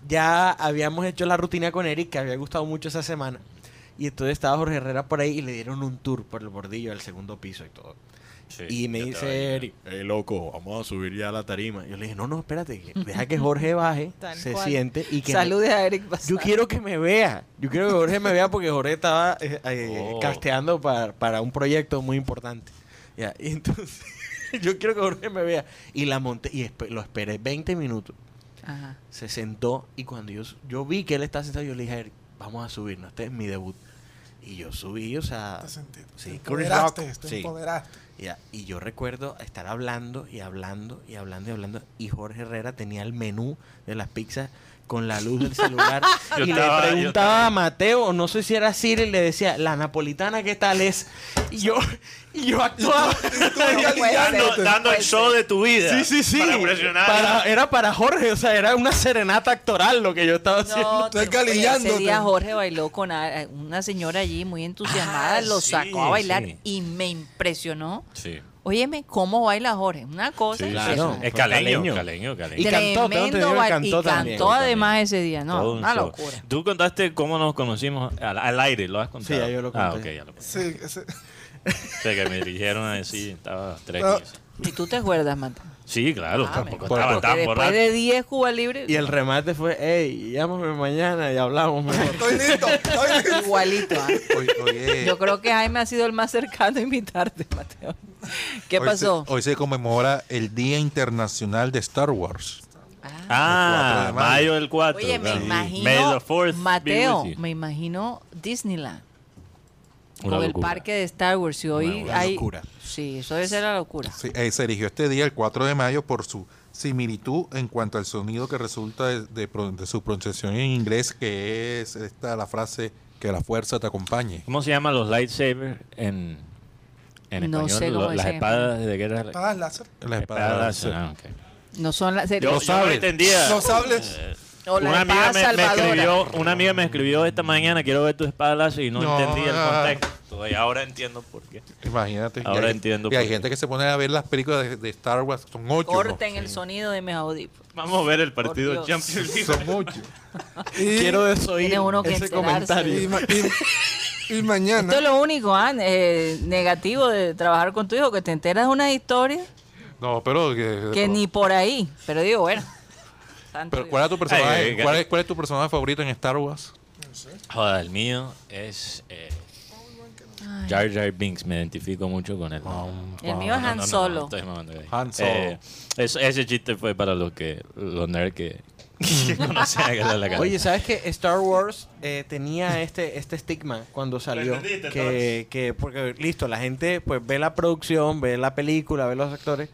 ya habíamos hecho la rutina con Eric, que había gustado mucho esa semana. Y entonces estaba Jorge Herrera por ahí y le dieron un tour por el bordillo al segundo piso y todo. Sí, y me yo estaba ahí. dice Eric, "Eh, loco, vamos a subir ya a la tarima. Yo le dije, no, no, espérate, que- deja que Jorge baje, Tal se cual. siente y que... me- Saludes a Eric Bazán. yo quiero que me vea. Yo quiero que Jorge me vea porque Jorge estaba eh, eh, Oh. casteando para, para un proyecto muy importante. Ya, y entonces yo quiero que Jorge me vea. Y la monté y espe- lo esperé 20 minutos. Ajá. Se sentó y cuando yo, s- yo vi que él estaba sentado, yo le dije, "Eric, vamos a subirnos. Este es mi debut. Y yo subí, o sea, Te sentiste. Ah. Sí, Te Chris empoderaste, Rock, te sí. empoderaste. ya. y yo recuerdo estar hablando y hablando y hablando y hablando. Y Jorge Herrera tenía el menú de las pizzas con la luz del celular. Yo y estaba- yo le preguntaba a Mateo, no sé si era Siri, y le decía, la napolitana, ¿qué tal es? Y yo, y yo actuaba. Dando, Puede ser, dando el puede show de tu vida. Sí, sí, sí. Para presionar. Para- era para Jorge, o sea, era una serenata actoral lo que yo estaba haciendo. No, Estoy te- oye, ese calillándote. día Jorge bailó con a- eh, una señora allí muy entusiasmada, Ah, lo sí, sacó a bailar sí. y me impresionó. Sí. Óyeme, ¿cómo baila Jorge? Una cosa Sí, claro. impresionante. Es caleño, Caleño. caleño, Y caleño. cantó, tengo entendido Tremendo que bail- y cantó cantó, también. además ese día, Todo no, un una show. locura. Tú contaste cómo nos conocimos al, al aire, ¿lo has contado? ya yo lo Ah, ok, conté. ya lo conté. Sí, ese- O sea, que me dirigieron a decir, estaba tres No. quince. Y tú te acuerdas, Mata. Sí, claro, tampoco Porque estaba Porque tan Ah, después borracho. de 10 Cuba Libre, Y el remate fue, hey, llámame mañana y hablamos mejor". Estoy listo, estoy listo. igualito. ¿ah? Oye, oye, Yo creo que Jaime ha sido el más cercano a invitarte, Mateo. ¿Qué hoy pasó? se- hoy se conmemora el Día Internacional de Star Wars. Ah, El 4 de mayo. mayo del 4. Oye, me claro. May imagino, the fourth be Mateo, with you. me imagino Disneyland. Una con el locura. parque de Star Wars. Y hoy locura. hay... locura. Sí, eso debe ser la locura. Sí, eh, se eligió este día, el 4 de mayo, por su similitud en cuanto al sonido que resulta de, de pro- de su pronunciación en inglés, que es esta la frase que la fuerza te acompañe. ¿Cómo se llaman los lightsabers en, en No español? sé cómo Lo- se las llaman. espadas de guerra. Espadas láser. La espada. espadas. ah, ok. No son las... Yo, yo no entendía. Los sables. O la una amiga espada me, me salvadora. escribió, una amiga me escribió esta mañana, quiero ver tus espadas y no, No, entendía el ah. contexto. Y ahora entiendo por qué. Imagínate. Ahora Y hay- entiendo Y hay por qué. gente que se pone a ver las películas de, de Star Wars. Son ocho. ¿no? Corten el sonido de mis audífonos. Vamos a ver el Por partido Dios. Champions League. Son ocho. Y, Quiero desoír Tiene uno que ese enterarse. comentario. y ma- y- y mañana. Esto es lo único ah, eh, negativo de trabajar con tu hijo, que te enteras de una historia No, pero. que- que pero- ni por ahí. Pero digo, bueno. Santo pero Dios. ¿cuál, es tu personaje, Ay, ay, ay. ¿cuál, es, cuál es tu personaje favorito en Star Wars? Joder, el mío es eh, Jar Jar Binks. Me identifico mucho con él. El mío es Han Solo. este- estoy mamando ahí. Han Solo. Eh, eso- ese chiste fue para los que los nerds que, que conocen a Galán la Cara. Oye, ¿sabes que Star Wars eh, tenía este, este estigma cuando salió? entendiste, Que, que- porque, listo, la gente pues ve la producción, ve la película, ve los actores,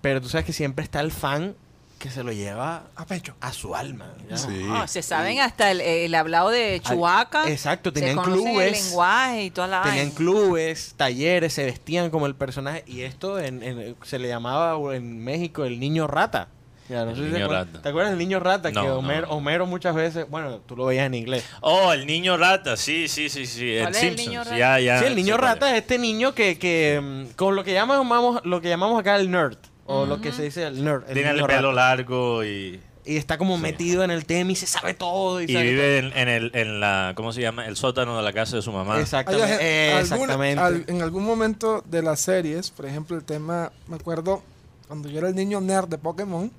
pero tú sabes que siempre está el fan que se lo lleva A pecho. a su alma. ya. Sí. No, se saben hasta el, el hablado de Chubaca. exacto, se tenían conocen el clubes. lenguaje y toda la Tenían vaina. clubes, talleres, se vestían como el personaje. Y esto en- en- se le llamaba en México el niño rata. Ya, no El sé si niño te, acuerdas, rata. ¿Te acuerdas del niño rata? No, que no, Homero, no. Homero muchas veces, bueno, tú lo veías en inglés. Oh, el niño rata, sí, sí, sí, sí. ¿Cuál El es el Simpsons. niño rata? ya, ya. sí, el niño sé cuál rata es. es este niño que, que mm, con lo que llamamos, lo que llamamos acá el nerd. O lo que se dice el nerd. el Tiene el niño pelo rata. largo y, Y está como metido en el tema y se sabe todo. Y, y sabe vive en, en el, en la, ¿cómo se llllama? El sótano de la casa de su todo. mamá. Exactamente. Hay eh, alguna- exactamente. al- en algún momento de las series, por ejemplo, el tema, me acuerdo cuando yo era el niño nerd de Pokémon,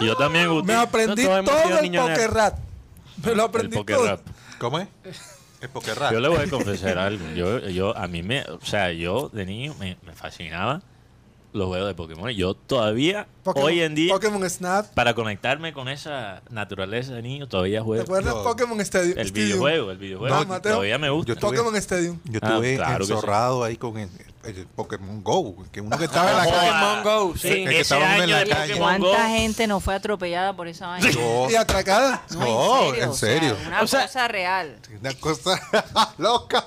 Y Yo también, Guti. me aprendí todos todo, hemos sido el niño nerd. Pokerrat. Me lo El aprendí poker todo. rap. ¿Cómo es? Es porque es raro. Yo le voy a confesar algo. Yo, yo, a mí me, o sea, yo de niño me, me fascinaba los juegos de Pokémon. Yo todavía, Pokémon- hoy en día, Pokémon Snap. para conectarme con esa naturaleza de niño, todavía ¿Te juego. acuerdas No. Pokémon Stadium? El Stadium. videojuego, el videojuego. No, Mateo, todavía me gusta. yo tuve- Pokémon Stadium. Yo Ah, estuve claro que sí. encerrado ahí con el, el Pokémon Go, que uno que estaba en la Joda. calle. Pokémon Go, sí. E- El que Ese estaba uno en año la de calle. Pokémon Go. ¿Cuánta gente no fue atropellada por esa vaina? Yo- Y atracada. No, en o sea, serio. una O sea- cosa real. Una cosa loca.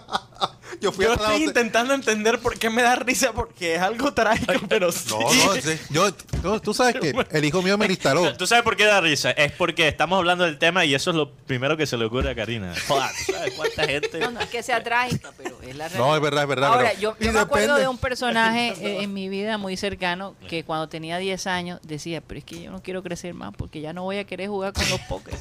Yo fui Yo atrás. estoy intentando entender por qué me da risa, porque es algo trágico, pero sí. No, no, en serio. yo, tú- tú sabes que el hijo mío me lo instaló. ¿Tú sabes por qué da risa? Es porque estamos hablando del tema y eso es lo primero que se le ocurre a Karina. Joder, ¿tú sabes cuánta gente? No, no es que sea trágica, pero es la realidad. No, es verdad, es verdad. Ahora, pero- yo, Y yo me acuerdo depende. de un personaje eh, en mi vida muy cercano que cuando tenía 10 años decía, pero es que yo no quiero crecer más porque ya no voy a querer jugar con los pokers.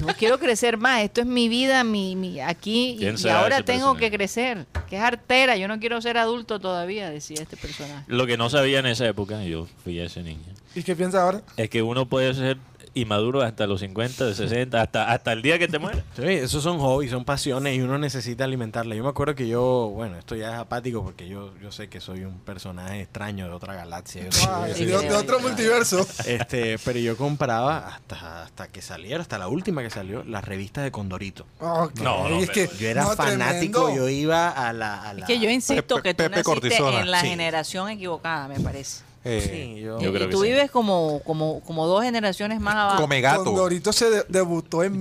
no quiero crecer más, esto es mi vida, mi, mi aquí y, ¿Quién y será ahora ese tengo que personaje? crecer. Que es artera, yo no quiero ser adulto todavía, decía este personaje. Lo que no sabía en esa época, yo fui ese niño, ¿Y qué piensa ahora? es que uno puede ser inmaduro hasta los 50, 60, hasta, hasta el día que te mueres. Sí, esos son hobbies, son pasiones y uno necesita alimentarla. Yo me acuerdo que yo, bueno, esto ya es apático porque yo, yo sé que soy un personaje extraño de otra galaxia. de otro Ay, universo. de, de otro multiverso. Este, pero yo compraba hasta, hasta que saliera, hasta la última que salió, las revistas de Condorito. Ok, No, no, es pero que- Yo era no, fanático, tremendo. yo iba a la... a Es la- que yo insisto Pepe- que tú Pepe naciste Cortisona. en la Sí. generación equivocada, me parece. eh, Sí, yo- Y- Yo creo y que tú sí. vives como, como, como dos generaciones más abajo. come gato. Condorito se de- debutó en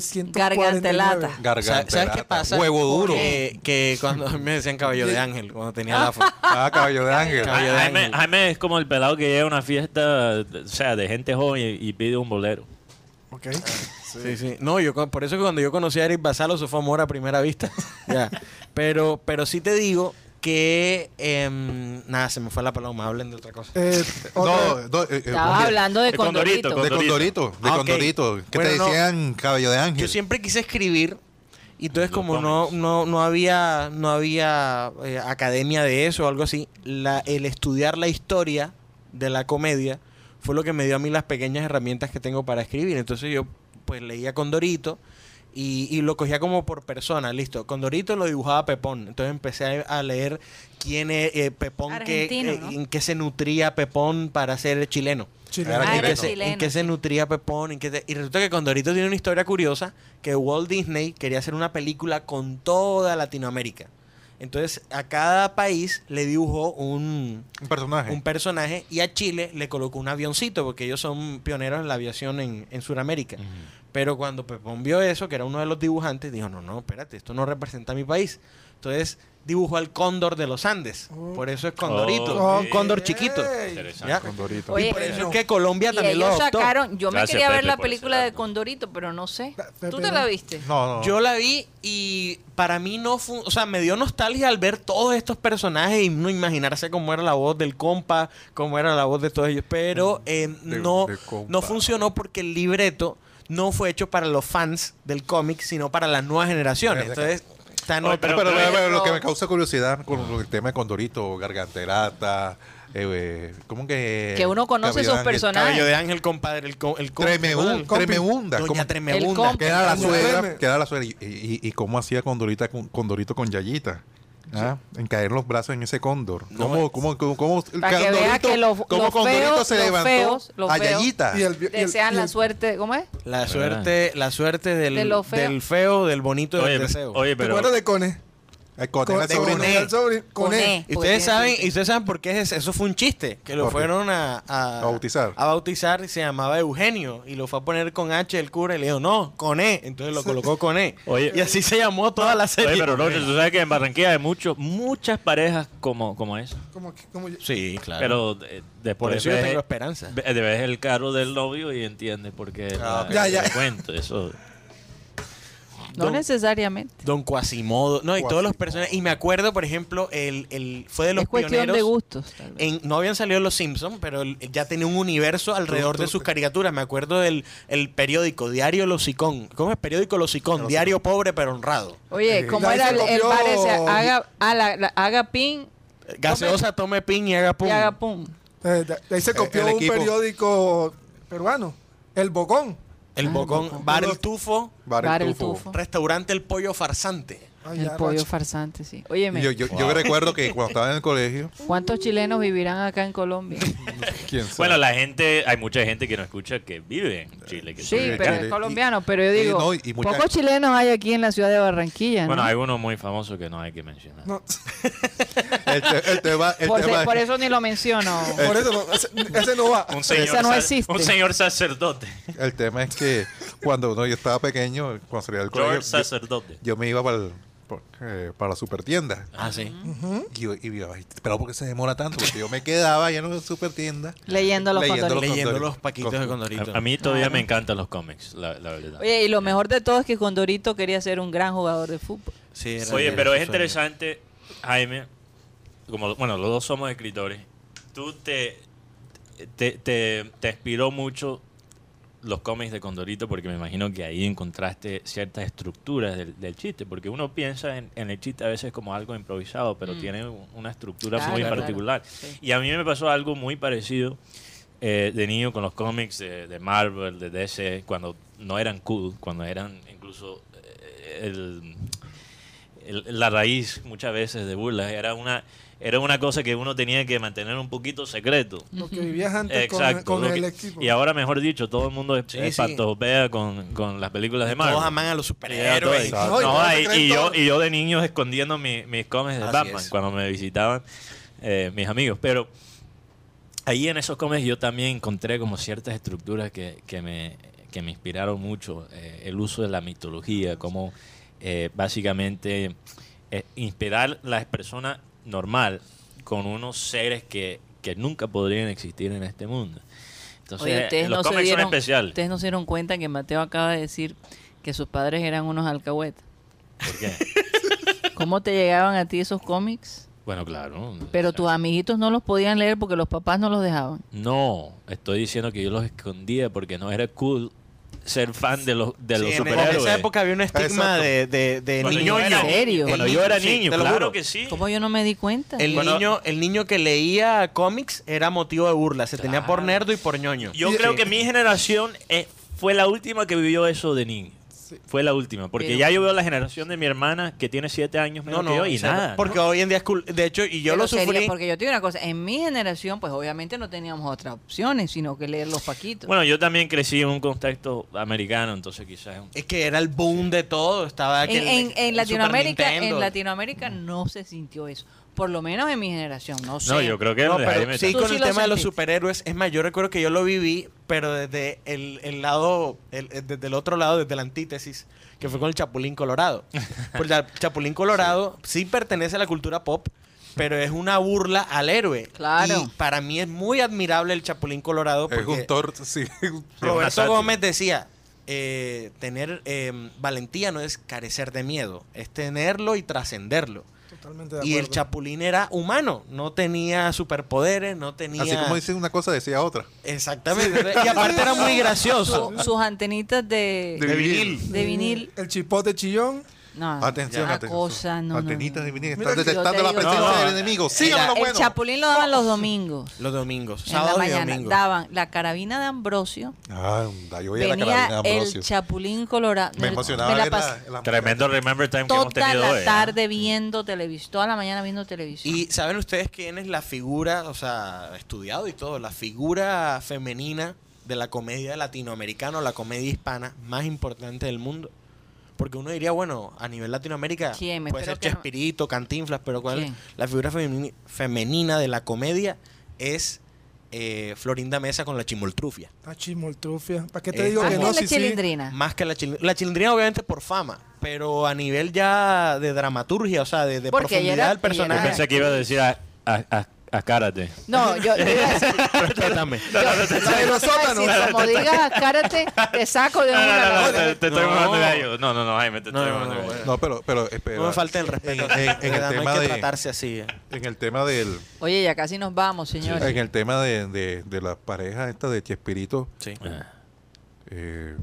1949. Gargantelata. Garganta. ¿Sabes- ¿Sabes qué pasa? Huevo duro. Que, que cuando me decían cabello de ángel, cuando tenía la foto. Ah, caballo de ángel. Caballo de Ah, Jaime, ángel. Jaime es como el pelado que llega a una fiesta, o sea, de gente joven y, y pide un bolero. Ok. Sí, sí. No, yo con- por eso que cuando yo conocí a Eric Basalo, eso fue amor a primera vista. Ya. Pero, pero sí te digo que em, nada, se me fue la paloma, hablen de otra cosa. Eh, No, otra- no, eh, eh, Estabas oye, hablando de de Condorito. Condorito, de Condorito. Condorito, de Ah, ok. Condorito, que te Bueno, no. decían caballo de ángel. Yo siempre quise escribir y entonces Los como no, cómics. no, no había, no había eh, academia de eso o algo así, la, el estudiar la historia de la comedia fue lo que me dio a mí las pequeñas herramientas que tengo para escribir. Entonces yo pues leía Condorito y, y lo cogía como por persona, listo. Condorito lo dibujaba Pepón. Entonces empecé a, a leer quién es eh, Pepón, qué, Argentino, eh, ¿no? en qué se nutría Pepón para ser chileno. chileno. Era ¿En qué, chileno. se, en Chileno, qué se sí. nutría Pepón? en qué se- y resulta que Condorito tiene una historia curiosa que Walt Disney quería hacer una película con toda Latinoamérica. Entonces a cada país le dibujó un, un personaje. un personaje y a Chile le colocó un avioncito porque ellos son pioneros en la aviación en, en Sudamérica. Pero cuando Pepón vio eso, que era uno de los dibujantes, dijo, no, no, espérate, esto no representa a mi país. Entonces dibujó al cóndor de los Andes. Oh. Por eso es Condorito. Oh, Un cóndor chiquito. Ey. Interesante. ¿ya? Condorito. Oye, y por eso no. es que Colombia Y también lo ellos adoptó. sacaron, yo Gracias, me quería ver Pepe, la por película de encerrarnos. Condorito, pero no sé. Pepe, ¿Tú te no. la viste? No, Ah, no. Yo la vi y para mí no fue, o sea, me dio nostalgia al ver todos estos personajes y no imaginarse cómo era la voz del compa, cómo era la voz de todos ellos, pero eh, De- no, de compa. no funcionó porque el libreto no fue hecho para los fans del cómic, sino para las nuevas generaciones. Entonces, está en Oye, otra- pero, pero- pero- pero lo que me causa curiosidad con el tema de Condorito, Garganterata, eh, eh, ¿cómo que? Que uno conoce Caballo sus de Ángel, personajes. Cabello de Ángel, compadre, el, co- el compa- Tremeún- compi- Tremebunda, Doña ¿cómo? Tremebunda. El compa. Que era la Yo suegra, me- que era la suegra. ¿Y, y- y cómo hacía Condorita con, Condorito con Yayita? ¿Ah? En caer los brazos en ese cóndor. ¿Cómo, cómo, cómo, cómo el Para que vea que los- cómo los Condorito feos- se los levantó feos- los a feos. Yayita? Y el- y el- Desean y la el- suerte, ¿cómo es? La suerte, la suerte del, De lo feo. del feo, del bonito y Oye, del deseo. oye, ¿Te pero acuerdas de Cone? Eh, Con Con- el sobrino. con el sobrino- con Con él. E. Y ustedes Porque- saben, y ustedes saben por qué es- eso fue un chiste, que lo ¿Por qué? fueron a, a- A bautizar. A bautizar y se llamaba Eugenio y lo fue a poner con H el cura y le dijo, "No, con E." Entonces lo colocó con E. Oye. y así se llamó toda la serie. Oye, pero no, tú sabes que en Barranquilla hay muchos, muchas parejas como, como esa. Como, que- como yo- Sí, claro. Pero eh, después por eso yo ves- tengo esperanza. ve- ves el carro del novio y entiendes por qué. Ah, la- ok. Ya, ya. el cuento, eso. No Don- necesariamente. Don Quasimodo, no, y todos los Quasimodo. personajes. Y me acuerdo, por ejemplo, el, el fue de los Es cuestión pioneros. de gustos. tal vez. en- no habían salido los Simpsons, pero el- ya tenía un universo alrededor de sus caricaturas. Me acuerdo del el periódico Diario Losicón. ¿Cómo es periódico Losicón? Diario pobre pero honrado. Oye, ¿cómo Ya era se el, el copió- bar ese? Haga, a la- la- haga pin Gaseosa, tome pin y haga pum. y haga pum. eh, de- de ahí se El- copió el un equipo. periódico peruano, El Bocón. El bocón, bar el tufo, Bar Bar el el tufo. tufo. restaurante el pollo farsante. Ay, El Ah, ya, pollo Racho. farsante, sí. Óyeme, Yo, yo, yo recuerdo que cuando estaba en el colegio, ¿cuántos chilenos vivirán acá en Colombia? quién sabe. Bueno, la gente, hay mucha gente que no escucha que vive en Chile. que Sí, vive Sí, pero acá. es y- colombiano. Pero yo y digo, no, y mucha- pocos chilenos hay aquí en la ciudad de Barranquilla, Bueno, ¿no? hay uno muy famoso que no hay que mencionar. No, el, te- el tema, el Por, tema se- es- por eso ni lo menciono. Eh, por eso no, ese, ese no va. Un señor, Esa no sac- existe. un señor sacerdote. el tema es que cuando uno, yo estaba pequeño, cuando salía del George colegio, yo, sacerdote. yo me iba para, el- por- eh, para la supertienda. Ah, sí. Y, yo- y yo, ay, pero ¿por qué se demora tanto? Porque yo me quedaba allá en una supertienda. Leyendo los Leyendo condoritos. Leyendo Condorito. los paquitos de Condorito. A, a mí todavía me encantan los cómics, la, la verdad. Ah. Oye, y lo mejor de todo es que Condorito quería ser un gran jugador de fútbol. Sí, era- Oye, era pero su es sueño. interesante, Jaime, como bueno, los dos somos escritores, tú te te, te, te inspiró mucho los cómics de Condorito porque me imagino que ahí encontraste ciertas estructuras del, del chiste, porque uno piensa en, en el chiste a veces como algo improvisado, pero Mm. tiene un- una estructura Claro, muy claro. particular. Sí. Y a mí me pasó algo muy parecido eh, de niño con los cómics de, de Marvel, de DC, cuando no eran cool, cuando eran incluso eh, el, el- la raíz muchas veces de burlas. Era una, era una cosa que uno tenía que mantener un poquito secreto. Lo que vivías antes con- Exacto. con, lo el que- equipo. y ahora, mejor dicho, todo el mundo es, Sí, es sí. pantopea con, con las películas de Marvel. Todos aman a los superhéroes. No, No, y todos se y, creen y yo, todo. y yo de niños escondiendo mi- mis cómics de Así Batman es. cuando me visitaban eh, mis amigos. Pero ahí en esos cómics yo también encontré como ciertas estructuras que, que me, que me inspiraron mucho. eh, el uso de la mitología, como eh, básicamente eh, inspirar la persona normal con unos seres que, que nunca podrían existir en este mundo. Entonces, Oye, ustedes los no, se cómics son dieron, especiales. ustedes no se dieron cuenta que Mateo acaba de decir que sus padres eran unos alcahuetas. ¿Por qué? ¿Cómo te llegaban a ti esos cómics? Bueno, claro. Pero o sea, tus amiguitos no los podían leer porque los papás no los dejaban. No, estoy diciendo que yo los escondía porque no era cool ser fan de los, de Sí, los en, en superhéroes. esa época había un estigma Exacto. de, de, de Cuando niño. yo era- ¿En serio? Cuando yo era Sí, niño, te lo claro juro. que sí. ¿Cómo yo no me di cuenta? El, Bueno- niño, el niño que leía cómics era motivo de burla. Se tenía por Claro. nerdo y por ñoño. Yo Sí. creo que mi generación eh, fue la última que vivió eso de niño. Fue la última, porque Pero- ya yo veo la generación de mi hermana que tiene siete años menos No, que no, yo y o sea, nada. Porque ¿no? hoy en día es cool. De hecho, y yo Pero lo sería- sufrí. porque yo te digo una cosa, en mi generación, pues obviamente no teníamos otras opciones, sino que leer los paquitos. Bueno, yo también crecí en un contexto americano, entonces quizás... es un- Es que era el boom de todo. Estaba en, aquel- en- en el Latinoamérica, Super en Nintendo. Latinoamérica no se sintió eso. Por lo menos en mi generación, no sé. No, yo creo que No, de pero Jaime sí, Tú también. con sí el lo tema de los sentiste. superhéroes. Es más, yo recuerdo que yo lo viví, pero desde el, el lado, el- el- desde el otro lado, desde la antítesis, que fue con el Chapulín Colorado. Porque el Chapulín Colorado sí. pertenece a la cultura pop, pero es una burla al héroe. Claro. Y para mí es muy admirable el Chapulín Colorado. Es porque- un torto, sí. una Roberto sátira. Gómez decía, eh, tener eh, valentía no es carecer de miedo, es tenerlo y trascenderlo. Totalmente de Y acuerdo. el Chapulín era humano, no tenía superpoderes, no tenía... Así como dicen una cosa, decía otra. Exactamente. Y aparte era muy gracioso. Su- sus antenitas de, De de, vinil. vinil. El chipote chillón. No, Atención, una atención. Ah, cosa, no, no, no, Antenitas de no. vinil. Mira Estás que yo detectando te la digo- presencia No, no. del enemigo. Sí, Mira, lo El bueno. chapulín lo daban los domingos. Los domingos, en la sábado y mañana domingo. daban la carabina de Ambrosio. Anda, yo voy a la venía carabina de el Ambrosio. chapulín colorado. Me emocionaba la ver la- pasé la- Tremendo Remember Time que hemos toda tenido la hoy. ¿eh? tarde viendo televisión, toda la mañana viendo televisión. Y saben ustedes quién es la figura, o sea, estudiado y todo, la figura femenina de la comedia latinoamericana o la comedia hispana más importante del mundo. Porque uno diría, bueno, a nivel Latinoamérica ¿Quién? Me puede espero ser que no- Chespirito, Cantinflas, pero ¿cuál? ¿Quién? La figura femini- femenina de la comedia es eh, Florinda Mesa con la chimoltrufia. La Ah, chimoltrufia. ¿Para qué Eh, te digo ah, que Ángel no? la Sí, sí. chilindrina. Más que la chilindrina. La chilindrina, obviamente, por fama. Pero a nivel ya de dramaturgia, o sea, de, de Porque ella profundidad era- del Yo personaje. pensé que iba a decir a, a, a, a Karate. No, yo, yo iba a decir- Respétame. yo- yo los te iba a sótanos. decir, como digas a Karate, te saco de una no, la no, otra. te, te estoy No. mamando gallo. No, no, no, Jaime, te No, estoy no, mamando no, gallo. bueno. No, pero, pero eh, espera. No me falta el respeto. En- en- en el De verdad, no tema hay que de- tratarse así. eh. En el tema del, Oye, ya casi nos vamos, señores. en el tema de, de, de la pareja esta de Chespirito, Ah. eh,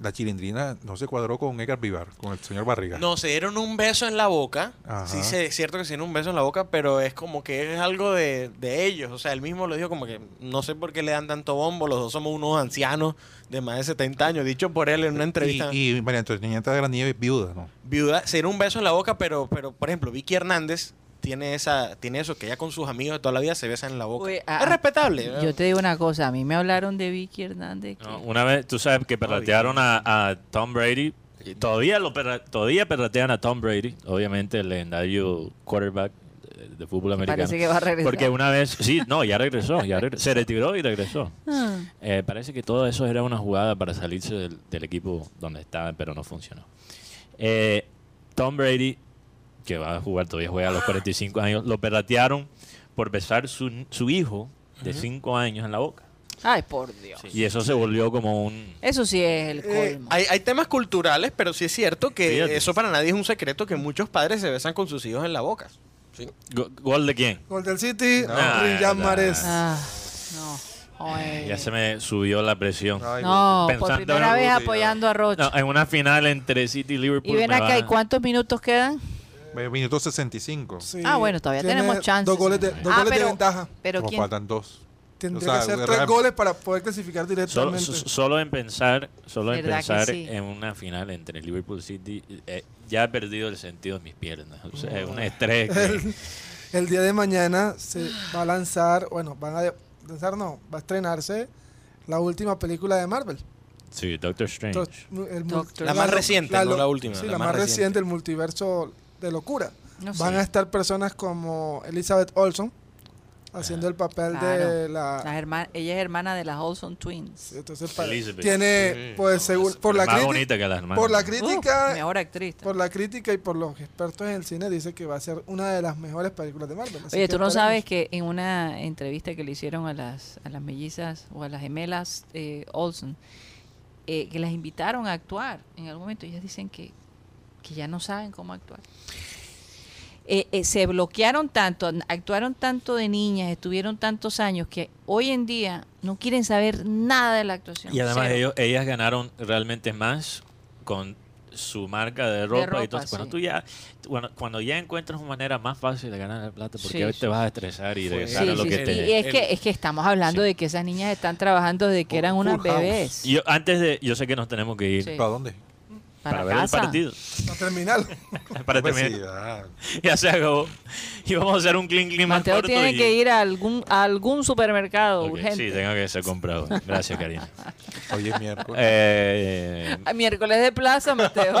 la chilindrina no se cuadró con Edgar Vivar, con el señor Barriga. No, se dieron un beso en la boca. Ajá. Sí, se- es cierto que se dieron un beso en la boca, pero es como que es algo de, de ellos. O sea, él mismo lo dijo como que no sé por qué le dan tanto bombo. Los dos somos unos ancianos de más de 70 años. Dicho por él en una y, entrevista. y María Antonieta de la Nieve es viuda, ¿no? viuda, se dieron un beso en la boca, pero, pero por ejemplo, Vicky Hernández tiene esa tiene eso, que ella con sus amigos de toda la vida se besan en la boca. Uy, ah, es respetable. Yo te digo una cosa, a mí me hablaron de Vicky Hernández. que- No, una vez, tú sabes que perratearon a, a Tom Brady. Y Todavía, lo perra- todavía perratean a Tom Brady, obviamente el legendario quarterback de, de fútbol americano. Parece que va a regresar. Porque una vez, sí, no, ya regresó, ya regre- se retiró y regresó. Ah. Eh, parece que todo eso era una jugada para salirse del, del equipo donde estaba, pero no funcionó. Eh, Tom Brady, que va a jugar, todavía juega a los 45 años, lo perratearon por besar su, su hijo de 5 años en la boca. Ay, por Dios. Y eso se volvió como un... Eso sí es el Eh, colmo. hay, hay temas culturales, pero sí es cierto que Fíjate. eso para nadie es un secreto que muchos padres se besan con sus hijos en la boca. go- ¿Gol de quién? Gol del City, No, Riyad no. Mahrez. Ah, no. Ay. Ya se me subió la presión. Ay, No, por Pensando primera en- vez apoyando a Rocha. No, en una final entre City y Liverpool. y ven me acá, va- ¿y cuántos minutos quedan? Eh, Minuto 65. Sí, Ah, bueno, todavía tiene tenemos chance. Dos goles de, dos Ah, goles de pero- ventaja. Pero Como quién. faltan dos. Tendría O sea, que de ser tres verdad- goles para poder clasificar Solo, directamente. so- solo en pensar, solo en ¿Verdad que pensar sí? en una final entre Liverpool City, eh, ya he perdido el sentido de mis piernas. O sea, es un estrés. que- El día de mañana se va a lanzar, bueno, van a de- lanzar, no, va a estrenarse la última película de Marvel. sí, Doctor Strange. Entonces, mu- el mul- Doctor- La más lo- reciente, no lo- la última, Sí, la, más reciente, el multiverso de locura. No sé. Van a estar personas como Elizabeth Olson haciendo el papel de Claro. la... Las herma- ella es hermana de las Olson Twins. Entonces, pa- Elizabeth. tiene, pues, según, por, la más crítica, bonita que las hermanas. por la Uh, crítica... mejor actriz. por la crítica y por los expertos en el cine dice que va a ser una de las mejores películas de Marvel. así Oye, que tú no esperemos. sabes que en una entrevista que le hicieron a las, a las mellizas o a las gemelas eh, Olsen, eh, que las invitaron a actuar en algún momento, ellas dicen que, que ya no saben cómo actuar. Eh, eh, se bloquearon tanto, an- actuaron tanto de niñas, estuvieron tantos años que hoy en día no quieren saber nada de la actuación. Y además Cero. ellos, ellas ganaron realmente más con su marca de ropa, ropa, y todo. Cuando sí. tú ya, cuando, cuando ya encuentras una manera más fácil de ganar la plata, porque Sí, hoy sí. te vas a estresar y Sí, regresar a lo sí, que sí. te Y es que, el- es que estamos hablando Sí. de que esas niñas están trabajando desde que eran unas Full house. bebés. Yo, antes de, yo sé que nos tenemos que ir Sí. ¿Para dónde? para, para ver casa. el partido. No terminal. Para Pues sí, terminar. ah, Ya se acabó. Y vamos a hacer un clean clean más Mateo corto. tiene y- que ir a algún, a algún supermercado Ok, Sí, urgente. tengo que ser comprado. Gracias, Karina. ah, Hoy es miércoles. Eh, A miércoles de plaza, Mateo.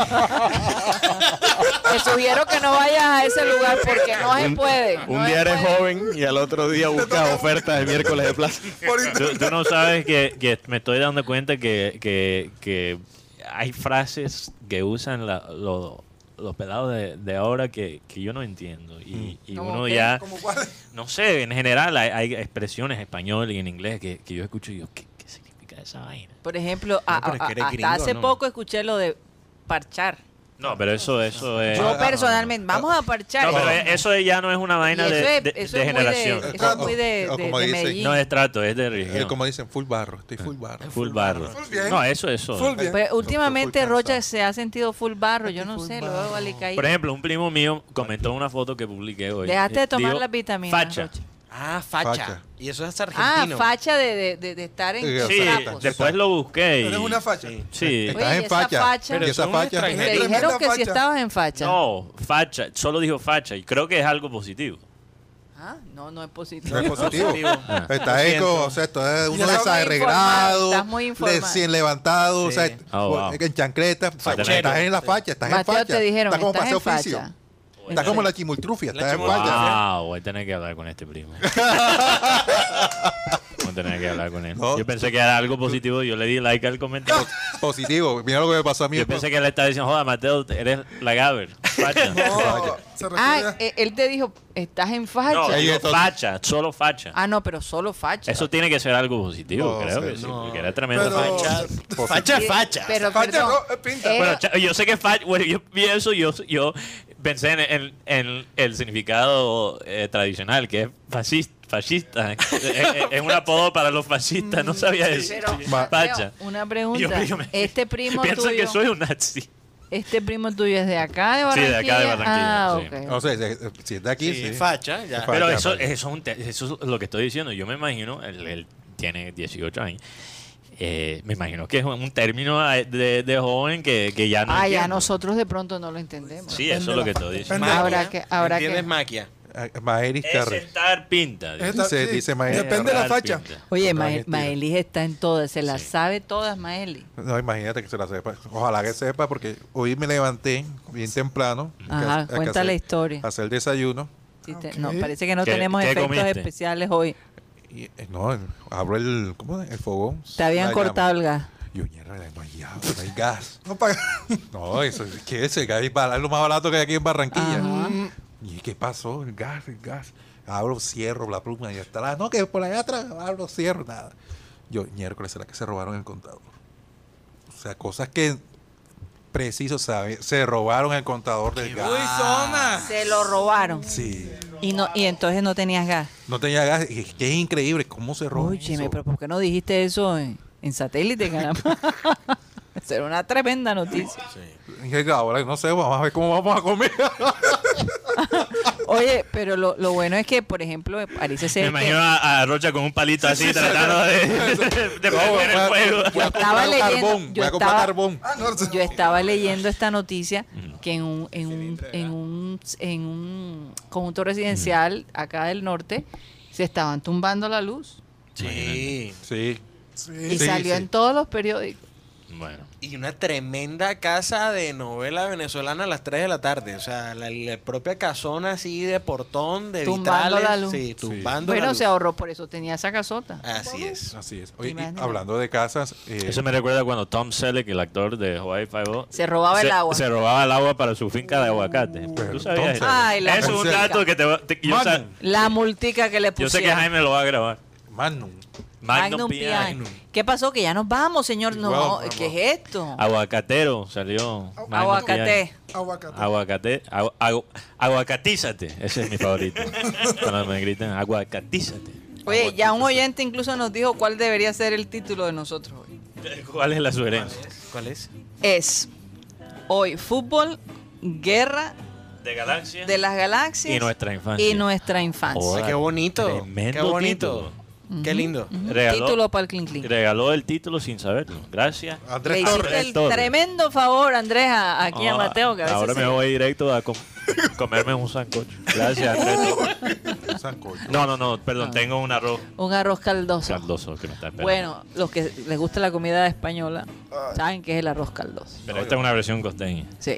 Te sugiero que no vayas a ese lugar porque no se puede. Un no se día eres puede. joven y al otro día buscas ofertas de miércoles de plaza. Eh, tú, tú no sabes que, que me estoy dando cuenta que, que, que hay frases que usan la- lo- los pelados de, de ahora que, que yo no entiendo. Y, y ¿Cómo uno qué? ya, Como cuál- no sé, en general hay, hay expresiones en español y en inglés que, que yo escucho y digo, ¿qué, qué significa esa vaina? Por ejemplo, a- pero es que a- eres hasta gringo, hace ¿no? poco escuché lo de parchar. No, pero eso, eso es... Yo personalmente, vamos a parchar. No, pero eso ya no es una Y vaina eso de, es- de- eso de es muy generación. de- eso es muy de, O- o de- como de dicen, Medellín. No es trato, es de Eh, religión. como dicen, full barro. Estoy full barro. Full barro. Full bien. No, eso, eso. Full Pero bien. Pues, últimamente Full cansado. Rocha se ha sentido full barro. Yo no Full sé, barro. luego vale caído. Por ejemplo, un primo mío comentó una foto que publiqué hoy. Eh, Dejaste de tomar Digo, las vitaminas. Facha. Rocha. Ah, facha. Facha. Y eso es Ah, argentino. facha de, de- de- de estar en Sí, Sí, trapos. después lo busqué. y- Eres una facha. Sí. Oye, Estás ¿y en esa facha. facha? Y esa Pero son facha. Te Tremenda dijeron que si facha. estabas en facha. No, facha. Solo dijo facha. Y creo que es algo positivo. Ah, no, no es positivo. No es positivo. Ah. Está eco, o sea, esto es uno Estás muy desagregado, informado, estás muy informado. recién levantado, o sea, Sí. Oh, wow. en chancletas, o sea, Fachero. estás en la facha, estás en Mateo, facha. te dijeron, estás como estás paseo en oficio. facha. Estás como la chimultrufia, estás en Ah, facha. Wow, voy a tener que hablar con este primo. voy a tener que hablar con él. No. Yo pensé que era algo positivo. Yo le di like al comentario. Positivo, mira lo que me pasó a mí. Yo pensé que le estaba diciendo, joda, Mateo, eres la Gaber. Facha. No, se refiere Ah, a- eh, él te dijo, estás en facha. No, Ahí digo, entonces- facha, solo facha. Ah, no, pero solo facha. Eso tiene que ser algo positivo, No, creo sí, que sí, no. porque era tremenda Pero- facha. Positivo. Facha es facha. Pero, Facha, perdón, no, eh, pinta. eh, Bueno, cha- yo sé que facha, bueno, yo vi eso, yo, yo pensé en, en- en el significado eh, tradicional, que es fascista. fascista. es, es- es un apodo para los fascistas, no sabía eso. Mm, pero, Ma- facha. Mateo, una pregunta. Yo- yo me- este primo Piensan tuyo, que soy un nazi. este primo tuyo es de acá de Sí, Barranquilla. de acá de Barranquilla, Ah, sí. ok. O sea, eh, si es de aquí, Sí, sí. facha, ya. Facha, Pero eso, facha. eso, es un te- eso es lo que estoy diciendo. Yo me imagino, él, él tiene 18 años. eh, me imagino que es un un término eh, de, de joven que, que ya no. Ah, ya entiendo. nosotros de pronto no lo entendemos. Sí, eso es lo que estoy diciendo. Depende. Habrá que- habrá que- ¿Entiendes maquia? Ah, Maeris Es Carrera. estar pinta. Es dice. estar- Dice, sí. dice Maeris. Depende de la Estar facha. pinta. Oye, Otra Mael- vez, tío. Maelis está en todas, se las sabe todas Maeli. No, imagínate que se la sepa. Ojalá que sepa, porque hoy me levanté bien temprano. Ajá, a- a que cuenta hacer- la historia. a Hacer el desayuno. Sí te- Ok. No, parece que no ¿Qué- tenemos qué efectos comiste? especiales hoy. Y, eh, no, abro el, ¿cómo es? el fogón. Te habían la cortado llama. el gas. Yo, mierda, no hay llama, no hay gas. No paga. No, eso es que ese gas es barato, es lo más barato que hay aquí en Barranquilla. Ajá. ¿Y qué pasó? El gas, el gas. Abro, cierro la pluma y hasta la. No, que por allá atrás, abro, cierro, nada. Yo, miércoles, ¿será que se robaron el contador? O sea, cosas que preciso sabe, se robaron el contador del gas. Ah, Se lo robaron. Sí. Y, no, y entonces no tenías gas. No tenía gas. y Es que es increíble cómo se roban. Uy, chime, eso. pero ¿por qué no dijiste eso en, en satélite, caramba? Será una tremenda noticia. Dije, Ahora "Ah, no sé, vamos a ver cómo vamos a comer. Oye, pero lo, lo bueno es que, por ejemplo, parece Me ser imagino que a, a Rocha con un palito así tratando de, de, de prender el fuego. Voy a estaba comprar leyendo- yo carbón. Voy a comprar estaba- carbón. Ah, no, se- yo estaba leyendo esta noticia que en un, en un, en un, en un conjunto residencial acá del norte se estaban tumbando la luz. Sí. Sí. Y Sí, salió sí. en todos los periódicos. Bueno, Y una tremenda casa de novela venezolana a las 3 de la tarde. O sea, la, la propia casona así de portón, de Tumbando vitrales. la luz. Sí, tumbando la Bueno, luz. se ahorró, por eso tenía esa casota. Ah. Así es. Así es. Oye, y Imagínate. hablando de casas, eh, eso me recuerda cuando Tom Selleck, el actor de Hawaii Five-O, Se robaba el agua. Se robaba el agua para su finca de aguacate. pero ¿Tú sabías Tom eso? Ay, la Eso es un música. dato que te, va- te- yo, sa- Magnum. La multica que le yo pusieron. sé que Jaime lo va a grabar. Magnum. Magnum, PI. ¿Qué pasó? Que ya nos vamos, señor. No, Vamos, ¿qué vamos. es esto? Aguacatero salió. Ah, Magnum Aguacate. PI. Aguacate. Aguacate, agu- agu- aguacatízate. Ese es mi favorito. Cuando me gritan, aguacatízate. Oye, ya un oyente incluso nos dijo cuál debería ser el título de nosotros hoy. ¿Cuál es la sugerencia? ¿Cuál es? Es hoy fútbol, guerra De galaxia. de las galaxias Y nuestra infancia. y nuestra infancia. Oh, Ay, qué bonito. Tremendo Qué bonito. Qué lindo. Regaló, Título para el Clean Clean. regaló el título sin saberlo. Gracias. Le Andrés Torres. hiciste Torres, el Torres. tremendo favor, Andrés, a- aquí a Ah, Mateo, que a veces ahora se- me voy directo a com- comerme un sancocho. Gracias. Andrés Torres. Un sancocho. No, no, no, perdón, tengo un arroz un arroz caldoso. caldoso que me está esperando. Ah. Bueno, los que les gusta la comida española saben que es el arroz caldoso. Pero esta es una versión costeña. Sí.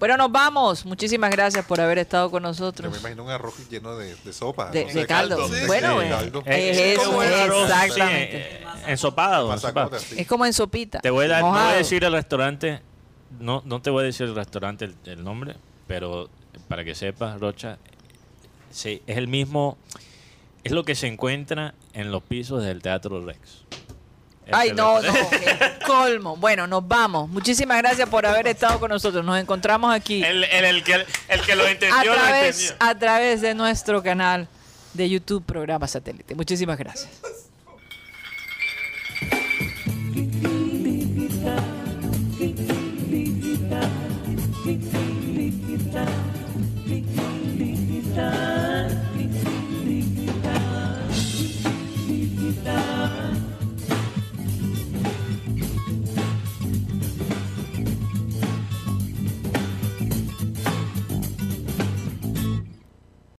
Bueno, nos vamos. Muchísimas gracias por haber estado con Yo me nosotros. imagino un arroz lleno de, de sopa. De, no sé, de caldo. Sí, Bueno, sí, eh, caldo. es, Eh, eso, como un arroz, exactamente. sí, eh, ensopado. Masacota, ensopado. sí. Es como en sopita. Te voy a, dar- no voy a mojado. decir el restaurante, no, no te voy a decir el restaurante el, el nombre, pero para que sepas, Rocha, sí, es el mismo, es lo que se encuentra en los pisos del Teatro Rex. Ese Ay, es no, el- no, qué colmo. Bueno, nos vamos. Muchísimas gracias por haber estado con nosotros. Nos encontramos aquí El, el- el que, el que lo entendió, a lo través, entendió. a través de nuestro canal de YouTube Programa Satélite. Muchísimas gracias.